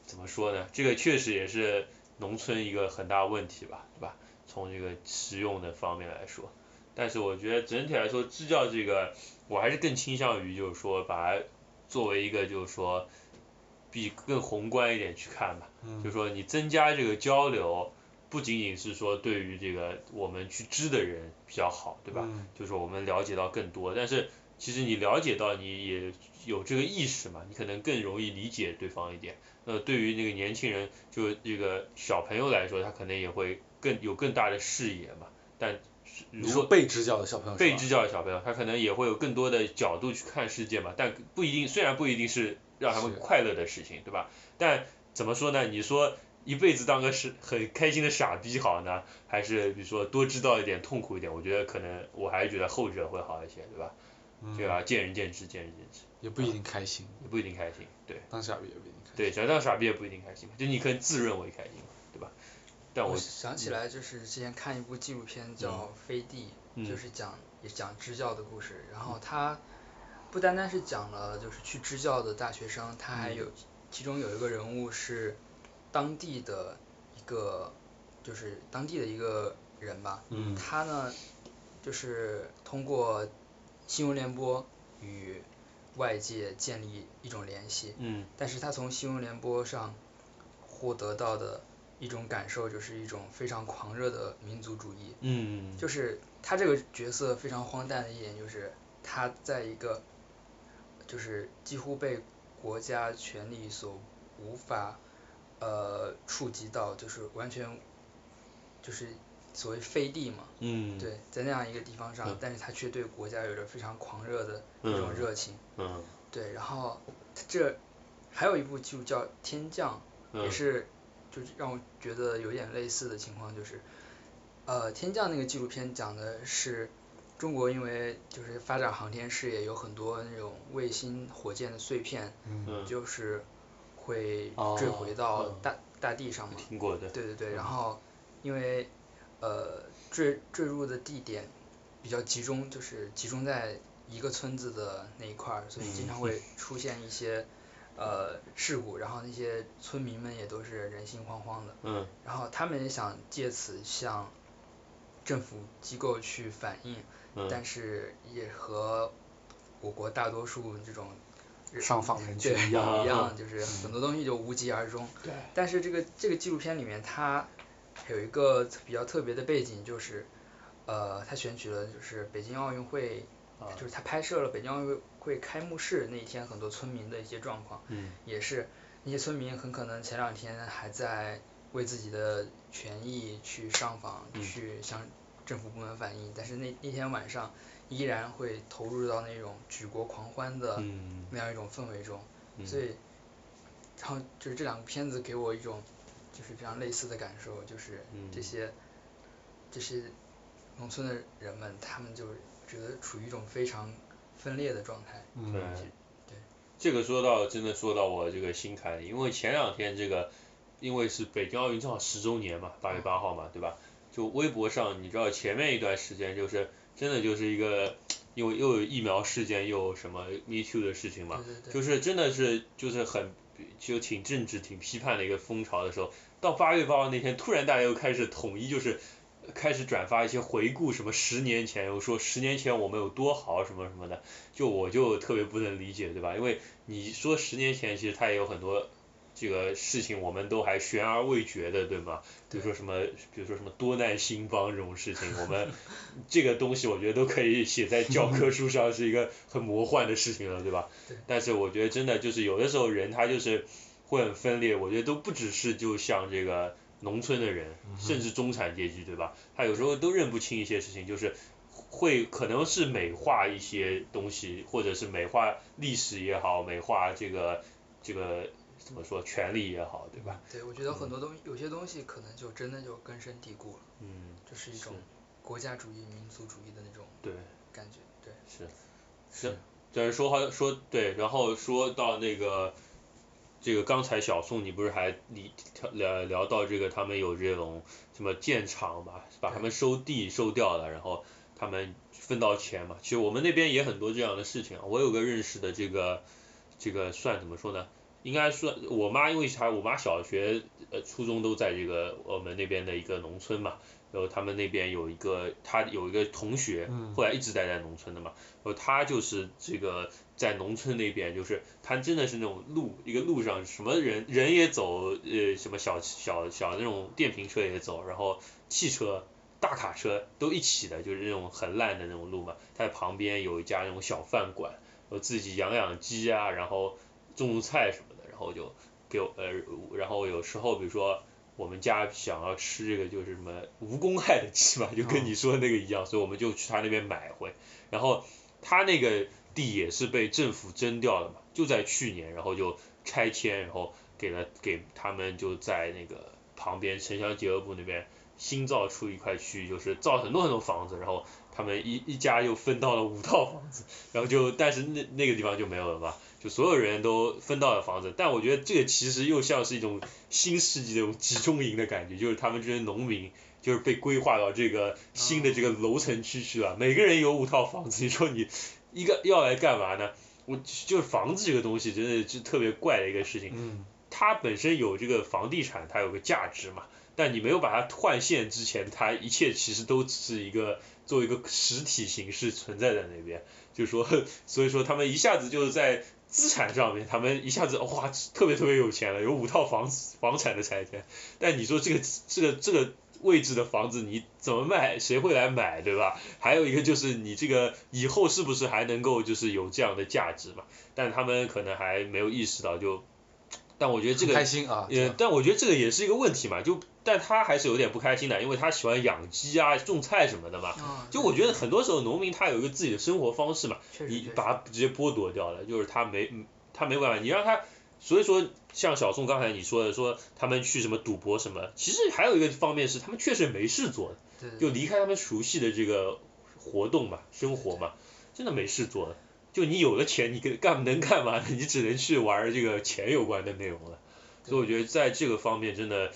Speaker 1: 怎么说呢，这个确实也是农村一个很大问题吧，对吧？从这个食用的方面来说，但是我觉得整体来说，支教这个我还是更倾向于就是说把它作为一个就是说比更宏观一点去看吧，
Speaker 2: 嗯
Speaker 1: 就是说你增加这个交流，不仅仅是说对于这个我们去知的人比较好，对吧？
Speaker 2: 嗯
Speaker 1: 就是我们了解到更多，但是其实你了解到你也有这个意识嘛，你可能更容易理解对方一点。那对于那个年轻人，就这个小朋友来说，他可能也会更有更大的视野嘛。但是
Speaker 2: 你
Speaker 1: 如
Speaker 2: 说
Speaker 1: 果
Speaker 2: 被支教的小
Speaker 3: 哦
Speaker 2: 朋友是吧
Speaker 1: 被支教的小朋友，他可能也会有更多的角度去看世界嘛，但不一定，虽然不一定是让他们
Speaker 2: 是
Speaker 1: 快乐的事情，对吧？但怎么说呢？你说一辈子当个是很开心的傻逼好呢，还是比如说多知道一点，痛苦一点？我觉得可能我还是觉得后者会好一些，对吧？
Speaker 3: 嗯
Speaker 1: 对啊吧？见仁见智，见仁见智，
Speaker 2: 嗯也不一定开心，
Speaker 1: 也不一定开心，对
Speaker 2: 当傻逼也不一定开心，
Speaker 1: 对，想当傻逼也不一定开心嘛，就你可以自认为开心嘛，对吧？但我
Speaker 3: 想起来，就是之前看一部纪录片叫《飞地》，
Speaker 1: 嗯
Speaker 3: 就是讲也讲支教的故事。然后他不单单是讲了就是去支教的大学生，他还有、其中有一个人物是当地的一个就是当地的一个人吧。
Speaker 2: 嗯
Speaker 3: 他呢就是通过新闻联播与外界建立一种联系。
Speaker 1: 嗯
Speaker 3: 但是他从新闻联播上获得到的一种感受，就是一种非常狂热的民族主义。
Speaker 1: 嗯
Speaker 3: 就是他这个角色非常荒诞的一点，就是他在一个就是几乎被国家权力所无法呃触及到，就是完全就是所谓飞地嘛，
Speaker 1: 嗯
Speaker 3: 对，在那样一个地方上
Speaker 1: 嗯，
Speaker 3: 但是他却对国家有着非常狂热的一种
Speaker 1: 嗯
Speaker 3: 热情。
Speaker 1: 嗯
Speaker 3: 对，然后这还有一部剧叫《天降》，
Speaker 1: 嗯
Speaker 3: 也是就是让我觉得有点类似的情况，就是呃，《天降》那个纪录片讲的是中国因为就是发展航天事业，有很多那种卫星火箭的碎片，
Speaker 1: 嗯，
Speaker 3: 就是会
Speaker 2: 哦
Speaker 3: 坠回到
Speaker 2: 嗯
Speaker 3: 大、大地上嘛。
Speaker 1: 听过的，
Speaker 3: 对对对，然后因为呃坠坠入的地点比较集中，就是集中在一个村子的那一块儿，所以
Speaker 1: 嗯
Speaker 3: 经
Speaker 1: <laughs>
Speaker 3: 常会出现一些呃事故，然后那些村民们也都是人心惶惶的，
Speaker 1: 嗯
Speaker 3: 然后他们也想借此向政府机构去反映，
Speaker 1: 嗯。
Speaker 3: 但是也和我国大多数这种人
Speaker 2: 上访人群
Speaker 3: 对
Speaker 2: 一
Speaker 3: 一
Speaker 2: 样，
Speaker 3: 样，就是很多东西就无疾而终。
Speaker 1: 啊对。
Speaker 3: 但是这个这个纪录片里面，它有一个比较特别的背景，就是呃，他选取了就是北京奥运会，
Speaker 1: 啊
Speaker 3: 就是他拍摄了北京奥运会开幕式那一天很多村民的一些状况，
Speaker 1: 嗯
Speaker 3: 也是那些村民很可能前两天还在为自己的权益去上访，
Speaker 1: 嗯
Speaker 3: 去向政府部门反映，但是那那天晚上依然会投入到那种举国狂欢的。
Speaker 1: 嗯
Speaker 3: 那样一种氛围中，
Speaker 1: 嗯
Speaker 3: 所以，然后就是这两个片子给我一种就是非常类似的感受，就是这
Speaker 1: 嗯
Speaker 3: 些、这些农村的人们，他们就觉得处于一种非常分裂的状态。
Speaker 2: 嗯
Speaker 1: 对
Speaker 3: 对
Speaker 1: 这个说到真的说到我这个心坎里，因为前两天这个，因为是北京奥运正好十周年嘛，八月八号嘛，对吧？就微博上你知道前面一段时间就是真的就是一个，因为又有疫苗事件又有什么 Me Too 的事情嘛，
Speaker 3: 对对
Speaker 1: 就
Speaker 3: 对，
Speaker 1: 是真的是就是很就挺政治挺批判的一个风潮的时候，到八月八号那天突然大家又开始统一就是。开始转发一些回顾什么十年前，又说十年前我们有多好什么什么的，就我就特别不能理解，对吧？因为你说十年前，其实它也有很多这个事情，我们都还悬而未决的，对吗？比如说什么，比如说什么多难兴邦这种事情，我
Speaker 3: <laughs>
Speaker 1: 们这个东西我觉得都可以写在教科书上，是一个很魔幻的事情了，对吧？
Speaker 3: 对
Speaker 1: 但是我觉得真的就是有的时候人他就是会很分裂，我觉得都不只是就像这个农村的人，
Speaker 2: 嗯
Speaker 1: 甚至中产阶级，对吧？他有时候都认不清一些事情，就是会可能是美化一些东西，或者是美化历史也好，美化这个这个怎么说权利也好，对吧？
Speaker 3: 对，我觉得很多东西，有些东西可能就真的就根深蒂固了，
Speaker 1: 嗯，
Speaker 3: 就是一
Speaker 1: 是
Speaker 3: 种国家主义、民族主义的那种
Speaker 1: 对。
Speaker 3: 感觉。对，
Speaker 1: 是，行，就是说好说对，然后说到那个，这个刚才小宋你不是还你聊聊到这个他们有这种什么建厂吧，把他们收地收掉了，然后他们分到钱嘛，其实我们那边也很多这样的事情啊，我有个认识的这个呃这个算怎么说呢？应该算我妈，因为她我妈小学、呃初中都在这个呃我们那边的一个农村嘛，然后他们那边有一个她有一个同学，后来一直待在农村的嘛，然后她呃就是这个在农村那边，就是她真的是那种路一个路上什么人人也走，呃什么小小小那种电瓶车也走，然后汽车。大卡车都一起的，就是那种很烂的那种路嘛。它旁边有一家那种小饭馆，我自己养养鸡啊，然后种种菜什么的，然后就给我呃，然后有时候比如说我们家想要吃这个就是什么无公害的鸡嘛，就跟你说的那个一样，所以我们就去他那边买回，然后他那个地也是被政府征掉了嘛，就在去年，然后就拆迁，然后给了给他们就在那个旁边城乡结合部那边新造出一块区域，就是造很多很多房子，然后他们一一家又分到了五套房子， <laughs> 然后就但是那那个地方就没有了嘛，就所有人都分到了房子，但我觉得这个其实又像是一种新世纪的那种集中营的感觉，就是他们这些农民就是被规划到这个新的这个楼层区去了，每个人有五套房子，你说你一个要来干嘛呢？我就是房子这个东西真的是特别怪的一个事情，
Speaker 2: 嗯，
Speaker 1: 它本身有这个房地产，它有个价值嘛，但你没有把它换现之前，它一切其实都只是一个作为一个实体形式存在在那边，就是说， <laughs> 所以说他们一下子就是在资产上面，他们一下子哇特别特别有钱了，有五套房子房产的财产，但你说这个这个这个位置的房子你怎么卖？谁会来买，对吧？还有一个就是你这个以后是不是还能够就是有这样的价值嘛？但他们可能还没有意识到就。但我觉得这个
Speaker 2: 很开心啊，这
Speaker 1: 也，
Speaker 2: 样
Speaker 1: 但我觉得这个也是一个问题嘛，就但他还是有点不开心的，因为他喜欢养鸡啊、种菜什么的嘛。
Speaker 3: 啊，
Speaker 1: 就我觉得很多时候农民他有一个自己的生活方式嘛，
Speaker 3: 确实
Speaker 1: 你
Speaker 3: 确实
Speaker 1: 把他直接剥夺掉了，就是他没他没办法，你让他，所以说像小宋刚才你说的，说他们去什么赌博什么，其实还有一个方面是他们确实没事做，
Speaker 3: 对对
Speaker 1: 就离开他们熟悉的这个活动嘛、生活嘛，真的没事做了。就你有了钱，你干干能干嘛呢？你只能去玩这个钱有关的内容了。所以我觉得在这个方面真的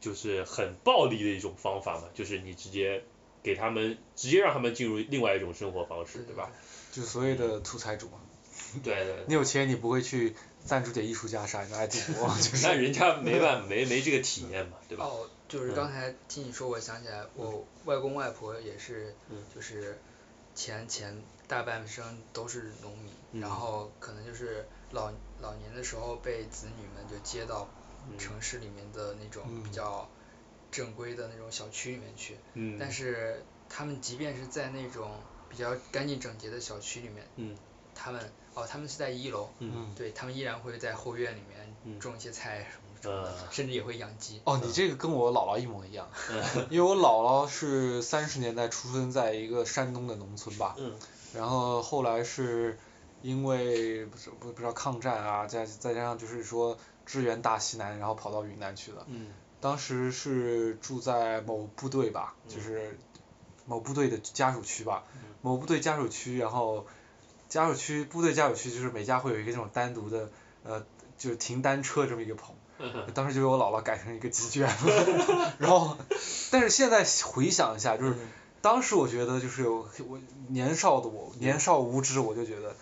Speaker 1: 就是很暴力的一种方法嘛，就是你直接给他们直接让他们进入另外一种生活方式，
Speaker 3: 对
Speaker 1: 对吧？？
Speaker 2: 就所谓的土财主嘛。
Speaker 1: 对对。
Speaker 2: 你有钱你不会去赞助点艺术家啥的爱赌博， <laughs> 就是
Speaker 1: 那人家没办没没这个体验嘛，对吧？
Speaker 3: 哦，就是
Speaker 1: 嗯
Speaker 3: 刚才听你说，我想起来，我外公外婆也是，
Speaker 1: 嗯
Speaker 3: 就是前前大半生都是农民，
Speaker 1: 嗯
Speaker 3: 然后可能就是老老年的时候被子女们就接到
Speaker 1: 嗯
Speaker 3: 城市里面的那种比
Speaker 2: 嗯
Speaker 3: 较正规的那种小区里面去，
Speaker 1: 嗯。
Speaker 3: 但是他们即便是在那种比较干净整洁的小区里面，
Speaker 1: 嗯
Speaker 3: 他们哦，他们是在一楼，
Speaker 1: 嗯
Speaker 3: 对他们依然会在后院里
Speaker 1: 嗯
Speaker 3: 面种一些菜什么什么的，
Speaker 1: 呃
Speaker 3: 甚至也会养鸡。
Speaker 2: 哦，你这个跟我姥姥一模一样，因为我姥姥是三十年代出生在一个山东的农村吧，
Speaker 1: 嗯
Speaker 2: 然后后来是因为不是不不知道抗战啊，再再加上就是说支援大西南，然后跑到云南去了。
Speaker 1: 嗯
Speaker 2: 当时是住在某部队吧，就是某部队的家属区吧，某部队家属区，然后家属区部队家属区就是每家会有一个这种单独的呃，就是停单车这么一个棚，当时就被我姥姥改成一个鸡圈了， <laughs> 然后但是现在回想一下，
Speaker 1: 嗯
Speaker 2: 就是当时我觉得就是有我年少的我年少无知，我就觉得，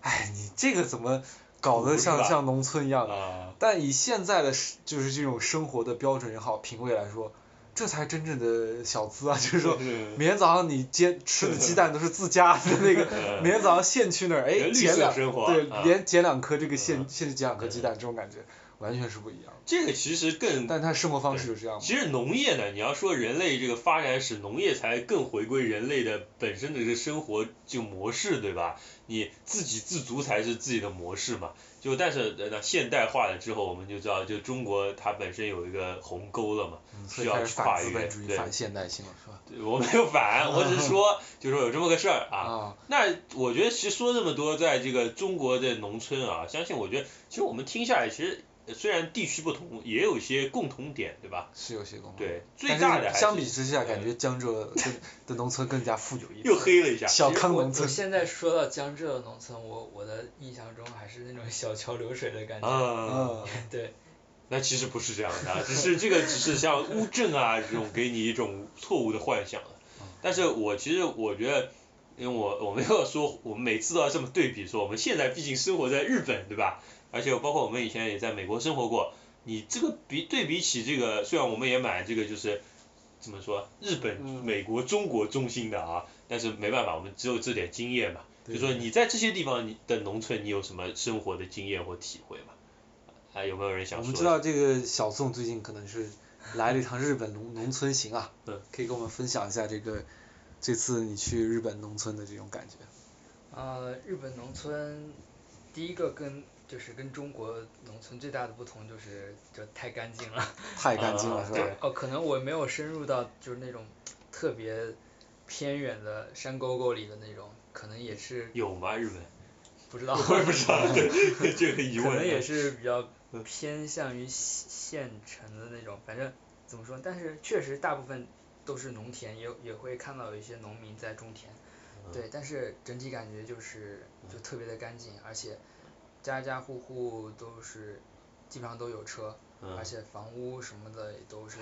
Speaker 2: 哎，你这个怎么搞得
Speaker 1: 土
Speaker 2: 像
Speaker 1: 著吧
Speaker 2: 像农村一样？
Speaker 1: <laughs> 啊
Speaker 2: 但以现在的是就是这种生活的标准也好，品味来说，这才真正的小资啊，就
Speaker 1: <laughs>
Speaker 2: 是说
Speaker 1: 对对
Speaker 2: 每天早上你煎吃的鸡蛋都是自家的那个，
Speaker 1: <laughs>
Speaker 2: 每天早上现去那儿，哎，
Speaker 1: 人绿
Speaker 2: 捡
Speaker 1: 色
Speaker 2: 两
Speaker 1: 生活
Speaker 2: 对
Speaker 1: 啊，嗯
Speaker 2: 连捡两颗这个现现去捡两颗鸡蛋，这种感觉完全是不一样的。
Speaker 1: 这个其实更
Speaker 2: 但他生活方式就这样嘛。
Speaker 1: 其实农业呢，你要说人类这个发展史，农业才更回归人类的本身的这个生活就模式，对吧？你自给自足才是自己的模式嘛。就但是呃那现代化了之后，我们就知道，就中国它本身有一个鸿沟了嘛，
Speaker 2: 嗯所
Speaker 1: 需
Speaker 2: 以
Speaker 1: 要
Speaker 2: 开
Speaker 1: 去
Speaker 2: 始
Speaker 1: 跨
Speaker 2: 反
Speaker 1: 越
Speaker 2: 资。本主义、
Speaker 1: 对，
Speaker 2: 反现代性了，是吧？
Speaker 1: 对我没有
Speaker 2: <laughs>
Speaker 1: 反，我只是说，就说有这么个事儿啊。
Speaker 2: 啊，
Speaker 1: 那我觉得其实说这么多，在这个中国的农村啊，相信我觉得，其实我们听下来，其实呃虽然地区不同，也有一些共同点，对吧？
Speaker 2: 啊是有些功能。
Speaker 1: 对，最
Speaker 2: 但
Speaker 1: 大
Speaker 2: 是
Speaker 1: 的还
Speaker 2: 相
Speaker 1: 是嗯
Speaker 2: 比之下，感觉江浙更的农村更加富有一点。
Speaker 1: 又黑了一下。
Speaker 2: 小
Speaker 3: 其实
Speaker 2: 康
Speaker 3: 我
Speaker 2: 农
Speaker 3: 我
Speaker 2: 村。
Speaker 3: 现在说到江浙农村，我我的印象中还是那种小桥流水的感觉。
Speaker 1: 啊，
Speaker 2: 嗯，
Speaker 3: 对，
Speaker 1: 那其实不是这样的啊，只是这个只是像乌镇啊这种给你一种错误的幻想了。
Speaker 2: 嗯
Speaker 1: 但是我其实我觉得，因为我我没有说我们每次都要这么对比说，我们现在毕竟生活在日本，对吧？而且包括我们以前也在美国生活过，你这个比对比起这个，虽然我们也买这个就是怎么说日本、
Speaker 2: 嗯
Speaker 1: 美国、中国中心的啊，但是没办法，我们只有这点经验嘛。就
Speaker 2: 对
Speaker 1: 说你在这些地方你的农村，你有什么生活的经验或体会吗？还有没有人想
Speaker 2: 我
Speaker 1: 说？
Speaker 2: 们知道这个小宋最近可能是来了一趟日本农农村行啊
Speaker 1: <laughs> 嗯，
Speaker 2: 可以跟我们分享一下这个这次你去日本农村的这种感
Speaker 1: 啊
Speaker 2: 觉。
Speaker 3: 呃，日本农村第一个跟就是跟中国农村最大的不同就是就太干净了。
Speaker 2: 太干净了，
Speaker 1: 啊
Speaker 2: 是
Speaker 1: 对
Speaker 2: 吧？
Speaker 3: 哦，可能我没有深入到就是那种特别偏远的山沟沟里的那种，可能也是
Speaker 1: 有吗？日本？ <laughs>，
Speaker 3: 不知道
Speaker 1: 我也不知
Speaker 3: <laughs>
Speaker 1: 道，对， <laughs> 这个疑
Speaker 3: 可
Speaker 1: 问。啊
Speaker 3: 能也是比较
Speaker 1: 嗯
Speaker 3: 偏向于县城的那种，反正怎么说，但是确实大部分都是农田，也有也会看到有一些农民在种田，
Speaker 1: 嗯
Speaker 3: 对，但是整体感觉就是就特别的干净，而且家家户户都是基本上都有车，
Speaker 1: 嗯
Speaker 3: 而且房屋什么的也都是，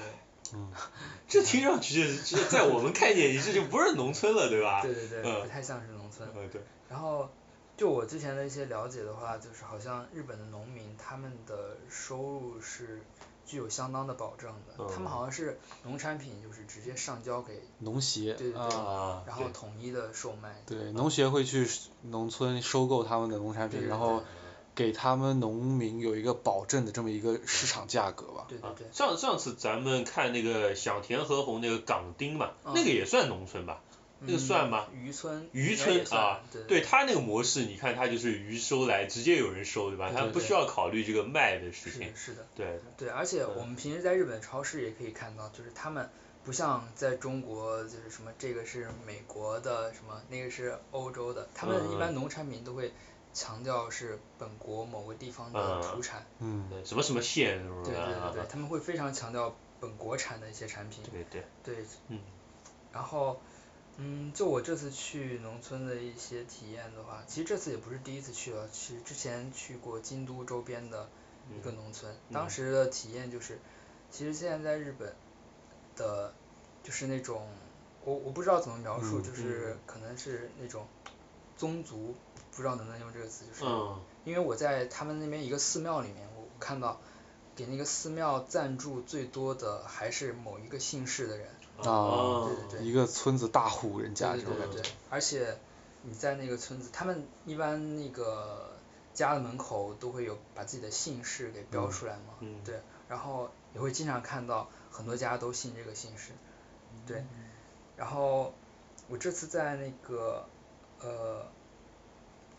Speaker 1: 这听上去就是这在我们概念里这就不是农村了，对吧？
Speaker 3: 对对对，不
Speaker 1: 嗯
Speaker 3: 太像是农村。
Speaker 1: 嗯，对，
Speaker 3: 然后，就我之前的一些了解的话，就是好像日本的农民他们的收入是具有相当的保证的，
Speaker 1: 嗯
Speaker 3: 他们好像是农产品就是直接上交给，
Speaker 2: 农协
Speaker 3: 对对对
Speaker 2: 啊，
Speaker 1: 啊，
Speaker 3: 然后统一的售卖。
Speaker 2: 对，农协会去农村收购他们的农产
Speaker 3: 对
Speaker 2: 品，
Speaker 3: 对
Speaker 2: 然后给他们农民有一个保证的这么一个市场价格吧。
Speaker 3: 对对
Speaker 1: 啊
Speaker 3: 对，
Speaker 1: 上上次咱们看那个小田和宏那个港町嘛，
Speaker 3: 嗯
Speaker 1: 那个也算农村吧？那个算吗？
Speaker 3: 渔村，
Speaker 1: 渔
Speaker 3: 应该
Speaker 1: 村
Speaker 3: 也算
Speaker 1: 啊，
Speaker 3: 对
Speaker 1: 对，他那个模式，你看他就是鱼收来，直接有人收，对吧？
Speaker 2: 对
Speaker 1: 他
Speaker 2: 对
Speaker 1: 不需要考虑这个卖的事
Speaker 3: 是
Speaker 1: 情
Speaker 3: 的，。是的，
Speaker 1: 对，
Speaker 3: 对，而且我们平时在日本超市也可以看到，就是他们不像在中国，就是什么这个是美国的，什么那个是欧洲的，他们一般农产品都会强调是本国某个地方的土产，
Speaker 2: 嗯，
Speaker 1: 什么什么县什么
Speaker 3: 对
Speaker 1: 的
Speaker 3: 对
Speaker 1: 啊，
Speaker 3: 对对，他们会非常强调本国产的一些产品，
Speaker 1: 对对，
Speaker 3: 对，
Speaker 1: 嗯，
Speaker 3: 然后，嗯，就我这次去农村的一些体验的话，其实这次也不是第一次去了，其实之前去过京都周边的一个农村，
Speaker 2: 嗯
Speaker 3: 当时的体验就是，其实现在在日本的，就是那种，我我不知道怎么描述，
Speaker 2: 嗯
Speaker 3: 就是可能是那种宗族，不知道能不能用这个词，就是、
Speaker 1: 嗯，
Speaker 3: 因为我在他们那边一个寺庙里面，我看到给那个寺庙赞助最多的还是某一个姓氏的人。
Speaker 2: 啊
Speaker 1: 哦
Speaker 3: 对对
Speaker 2: 一个村子大户人家
Speaker 3: 对
Speaker 2: 这种
Speaker 3: 对
Speaker 2: 感觉。
Speaker 3: 对对，而且你在那个村子，他们一般那个家的门口都会有把自己的姓氏给标出来嘛，
Speaker 1: 嗯
Speaker 3: 对，然后也会经常看到很多家都姓这个姓氏，
Speaker 2: 嗯
Speaker 3: 对，然后我这次在那个呃，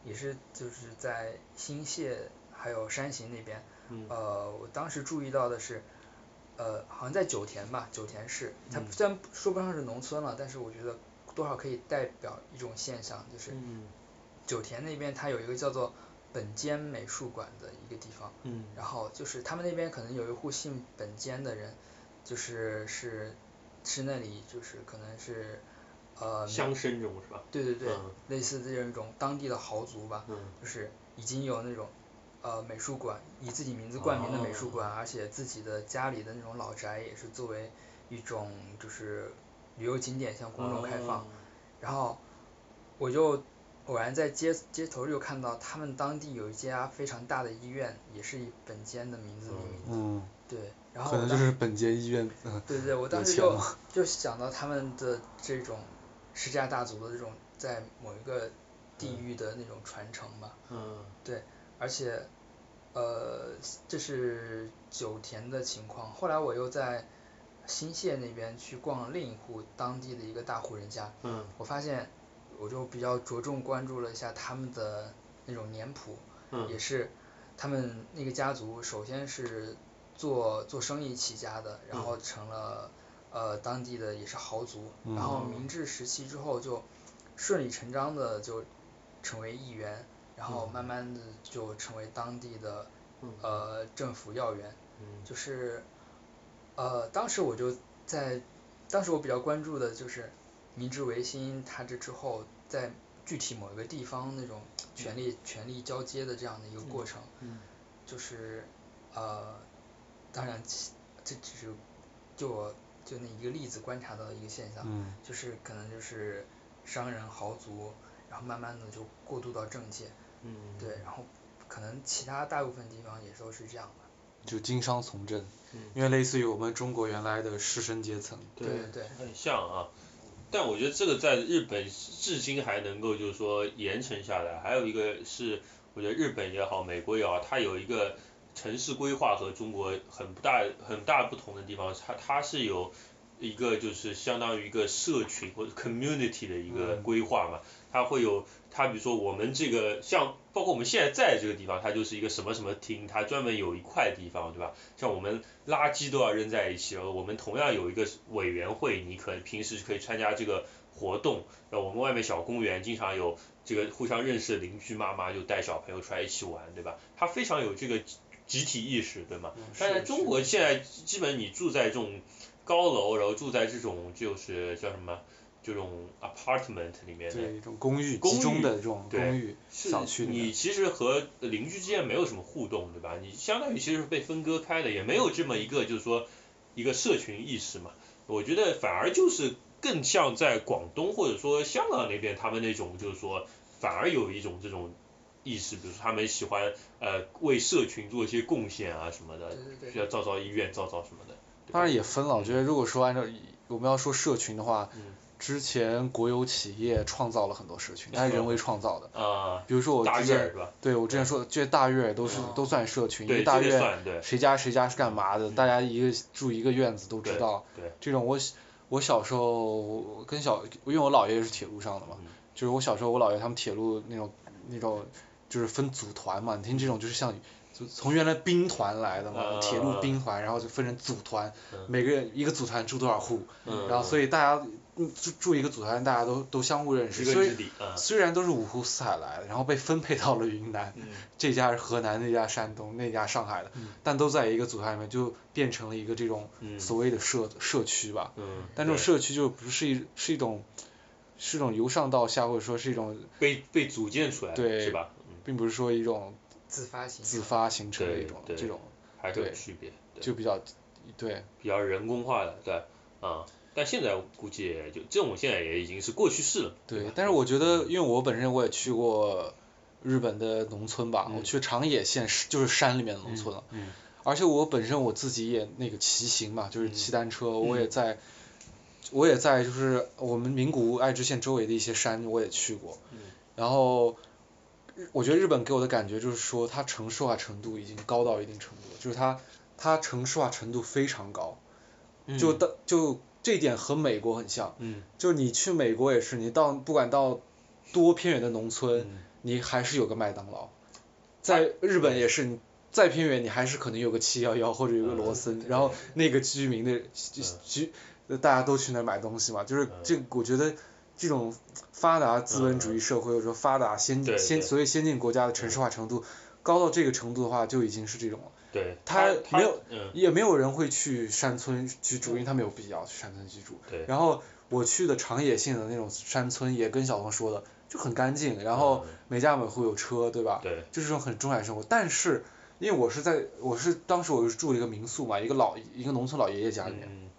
Speaker 3: 也是就是在新泻还有山形那边，
Speaker 1: 嗯
Speaker 3: 呃，我当时注意到的是，呃，好像在九田吧，九田市，它
Speaker 1: 嗯
Speaker 3: 虽然说不上是农村了，但是我觉得多少可以代表一种现象，就是
Speaker 1: 嗯
Speaker 3: 九田那边它有一个叫做本间美术馆的一个地方，
Speaker 1: 嗯
Speaker 3: 然后就是他们那边可能有一户姓本间的人，就是是是那里就是可能是呃
Speaker 1: 乡绅这种是吧？
Speaker 3: 对对对，
Speaker 1: 嗯
Speaker 3: 类似这种当地的豪族吧，
Speaker 1: 嗯
Speaker 3: 就是已经有那种呃美术馆，以自己名字冠名的美术馆，
Speaker 1: 哦
Speaker 3: 而且自己的家里的那种老宅也是作为一种就是旅游景点向公众开放。
Speaker 1: 哦
Speaker 3: 然后我就偶然在街街头就看到他们当地有一家非常大的医院，也是以本间的名字命名
Speaker 1: 哦
Speaker 3: 的。
Speaker 2: 嗯，
Speaker 3: 对，然后
Speaker 2: 可
Speaker 3: 我
Speaker 2: 能就
Speaker 3: 当
Speaker 2: 是本节医院，嗯，
Speaker 3: 对对，我当
Speaker 2: 有
Speaker 3: 时
Speaker 2: 钱
Speaker 3: 就
Speaker 2: 吗
Speaker 3: 就想到他们的这种世家大族的这种在某一个地
Speaker 2: 嗯
Speaker 3: 域的那种传承吧，
Speaker 1: 嗯
Speaker 3: 而且，呃，这是九田的情况。后来我又在新泻那边去逛了另一户当地的一个大户人家，
Speaker 1: 嗯
Speaker 3: 我发现我就比较着重关注了一下他们的那种年谱，
Speaker 1: 嗯
Speaker 3: 也是他们那个家族首先是做做生意起家的，然后成了呃当地的也是豪族，
Speaker 2: 嗯
Speaker 3: 然后明治时期之后就顺理成章的就成为议员，然后慢慢的就成为当地的呃政府要员，就是呃当时我就在当时我比较关注的就是明治维新它这之后在具体某一个地方那种权力权力交接的这样的一个过程，
Speaker 1: 嗯
Speaker 3: 就是呃，当然其这只是就我就那一个例子观察到的一个现象，
Speaker 2: 嗯
Speaker 3: 就是可能就是商人豪族，然后慢慢的就过渡到政界，
Speaker 1: 嗯
Speaker 3: 对，然后可能其他大部分地方也都是这样吧，
Speaker 2: 就经商从政，
Speaker 1: 嗯
Speaker 2: 因为类似于我们中国原来的士绅阶层，
Speaker 3: 对对
Speaker 1: 很像啊。但我觉得这个在日本至今还能够就是说延承下来，还有一个是我觉得日本也好，美国也好，它有一个城市规划和中国很不大很大不同的地方，它它是有一个就是相当于一个社群或者 community 的一
Speaker 3: 嗯
Speaker 1: 个规划嘛，它会有它比如说我们这个像包括我们现在在这个地方，它就是一个什么什么厅，它专门有一块地方，对吧？像我们垃圾都要扔在一起，然后我们同样有一个委员会，你可平时可以参加这个活动，然后我们外面小公园经常有这个互相认识的邻居妈妈就带小朋友出来一起玩，对吧？它非常有这个集集体意识，对吗？嗯但是中国现在基本你住在这种高楼，然后住在这种就是叫什么这种 apartment 里面的，
Speaker 2: 对一种公寓
Speaker 1: 公
Speaker 2: 集中
Speaker 1: 寓
Speaker 2: 的这种
Speaker 1: 对
Speaker 2: 公寓，
Speaker 1: 是
Speaker 2: 小区里面
Speaker 1: 你其实和邻居之间没有什么互动，对吧？你相当于其实是被分割开的，也没有这么一个就是说一个社群意识嘛。我觉得反而就是更像在广东或者说香港那边他们那种就是说反而有一种这种意识，比如说他们喜欢呃为社群做一些贡献啊什么的
Speaker 3: 对，对
Speaker 1: 需
Speaker 3: 对，
Speaker 1: 要造造医院，造造什么的。对吧
Speaker 2: 当然也分了，我觉得如果说按照以我们要说社群的话
Speaker 1: 嗯，
Speaker 2: 之前国有企业创造了很多社群，它是人为创造的，
Speaker 1: 啊、
Speaker 2: 比如呃说我
Speaker 1: 嗯大
Speaker 2: 之
Speaker 1: 院儿
Speaker 2: 前，
Speaker 1: 是吧？
Speaker 2: 对我之前说这大院都是
Speaker 3: 哦
Speaker 2: 都算社群，因
Speaker 1: 对，
Speaker 2: 为大
Speaker 1: 这个
Speaker 2: 院
Speaker 1: 算对，
Speaker 2: 谁家谁家是干嘛的，
Speaker 1: 嗯
Speaker 2: 大家一个住一个院子都知
Speaker 1: 对
Speaker 2: 道
Speaker 1: 对。
Speaker 2: 这种我小我小时候跟小，因为我姥爷是铁路上的嘛
Speaker 1: 嗯，
Speaker 2: 就是我小时候我姥爷他们铁路那种那种就是分组团嘛，你听这种就是像。就从原来兵团来的嘛，
Speaker 1: 啊
Speaker 2: 铁路兵团，然后就分成组团，
Speaker 1: 嗯
Speaker 2: 每个人一个组团住多少户，
Speaker 1: 嗯，
Speaker 2: 然后所
Speaker 1: 以
Speaker 2: 以大家嗯住住一个组团，大家都都相互认识，
Speaker 1: 一个
Speaker 2: 所以
Speaker 1: 之地啊，
Speaker 2: 虽然都是五湖四海来的，然后被分配到了云南，
Speaker 1: 嗯
Speaker 2: 这家是河南，那家山东，那家上海的，
Speaker 1: 嗯
Speaker 2: 但都在一个组团里面，就变成了一个这种
Speaker 1: 嗯
Speaker 2: 所谓的社、社区吧。
Speaker 1: 嗯，
Speaker 2: 但这种
Speaker 1: 对
Speaker 2: 社区就不是一是一种是一种由上到下，或者说是一种，
Speaker 1: 被被组建出来的
Speaker 2: 对
Speaker 1: 是吧？嗯，
Speaker 2: 并不是说一种
Speaker 3: 自发型
Speaker 2: 自发形成的
Speaker 1: 对
Speaker 2: 一种
Speaker 1: 对
Speaker 2: 这种
Speaker 1: 还是有
Speaker 2: 对
Speaker 1: 区别，对，
Speaker 2: 就比较对
Speaker 1: 比较人工化的，对啊、但现在估计也就这种现在也已经是过去式了，
Speaker 2: 对
Speaker 1: 吧。
Speaker 2: 但是我觉得，因为我本身我也去过日本的农村吧，
Speaker 1: 嗯
Speaker 2: 我去长野县是就是山里面的农村了。啊
Speaker 1: 嗯
Speaker 2: 而且我本身我自己也那个骑行嘛，就是
Speaker 1: 嗯
Speaker 2: 骑单车，我也在，我也在就是我们名古屋爱知县周围的一些山我也去过，
Speaker 1: 嗯
Speaker 2: 然后日我觉得日本给我的感觉就是说它城市化程度已经高到一定程度了，就是它它城市化程度非常高，
Speaker 1: 嗯
Speaker 2: 就到就这一点和美国很像，
Speaker 1: 嗯
Speaker 2: 就你去美国也是，你到不管到多偏远的农村，
Speaker 1: 嗯
Speaker 2: 你还是有个麦当劳，在日本也是，你再偏远你还是可能有个七幺幺或者有个罗
Speaker 1: 嗯
Speaker 2: 森，然后那个居民的居居，大家都去那儿买东西嘛，就是
Speaker 1: 嗯
Speaker 2: 这个我觉得这种发达资本主义社会或者说发达先
Speaker 1: 嗯对
Speaker 2: 进先
Speaker 1: 对嗯
Speaker 2: 所谓先进国家的城市化程度高到这个程度的话，就已经是这种了，
Speaker 1: 对，
Speaker 2: 他
Speaker 1: 他
Speaker 2: 没有
Speaker 1: 嗯
Speaker 2: 也没有人会去山村居住，因为他没有必要去山村居住。
Speaker 1: 对，
Speaker 2: 然后我去的长野县的那种山村，也跟小红说的，就很干净，然后每家每户有车，对吧？
Speaker 1: 嗯对
Speaker 2: 就是这种很中产生活。但是因为我是在我是当时我是住了一个民宿嘛，一个老一个农村老爷爷家里面，
Speaker 1: 嗯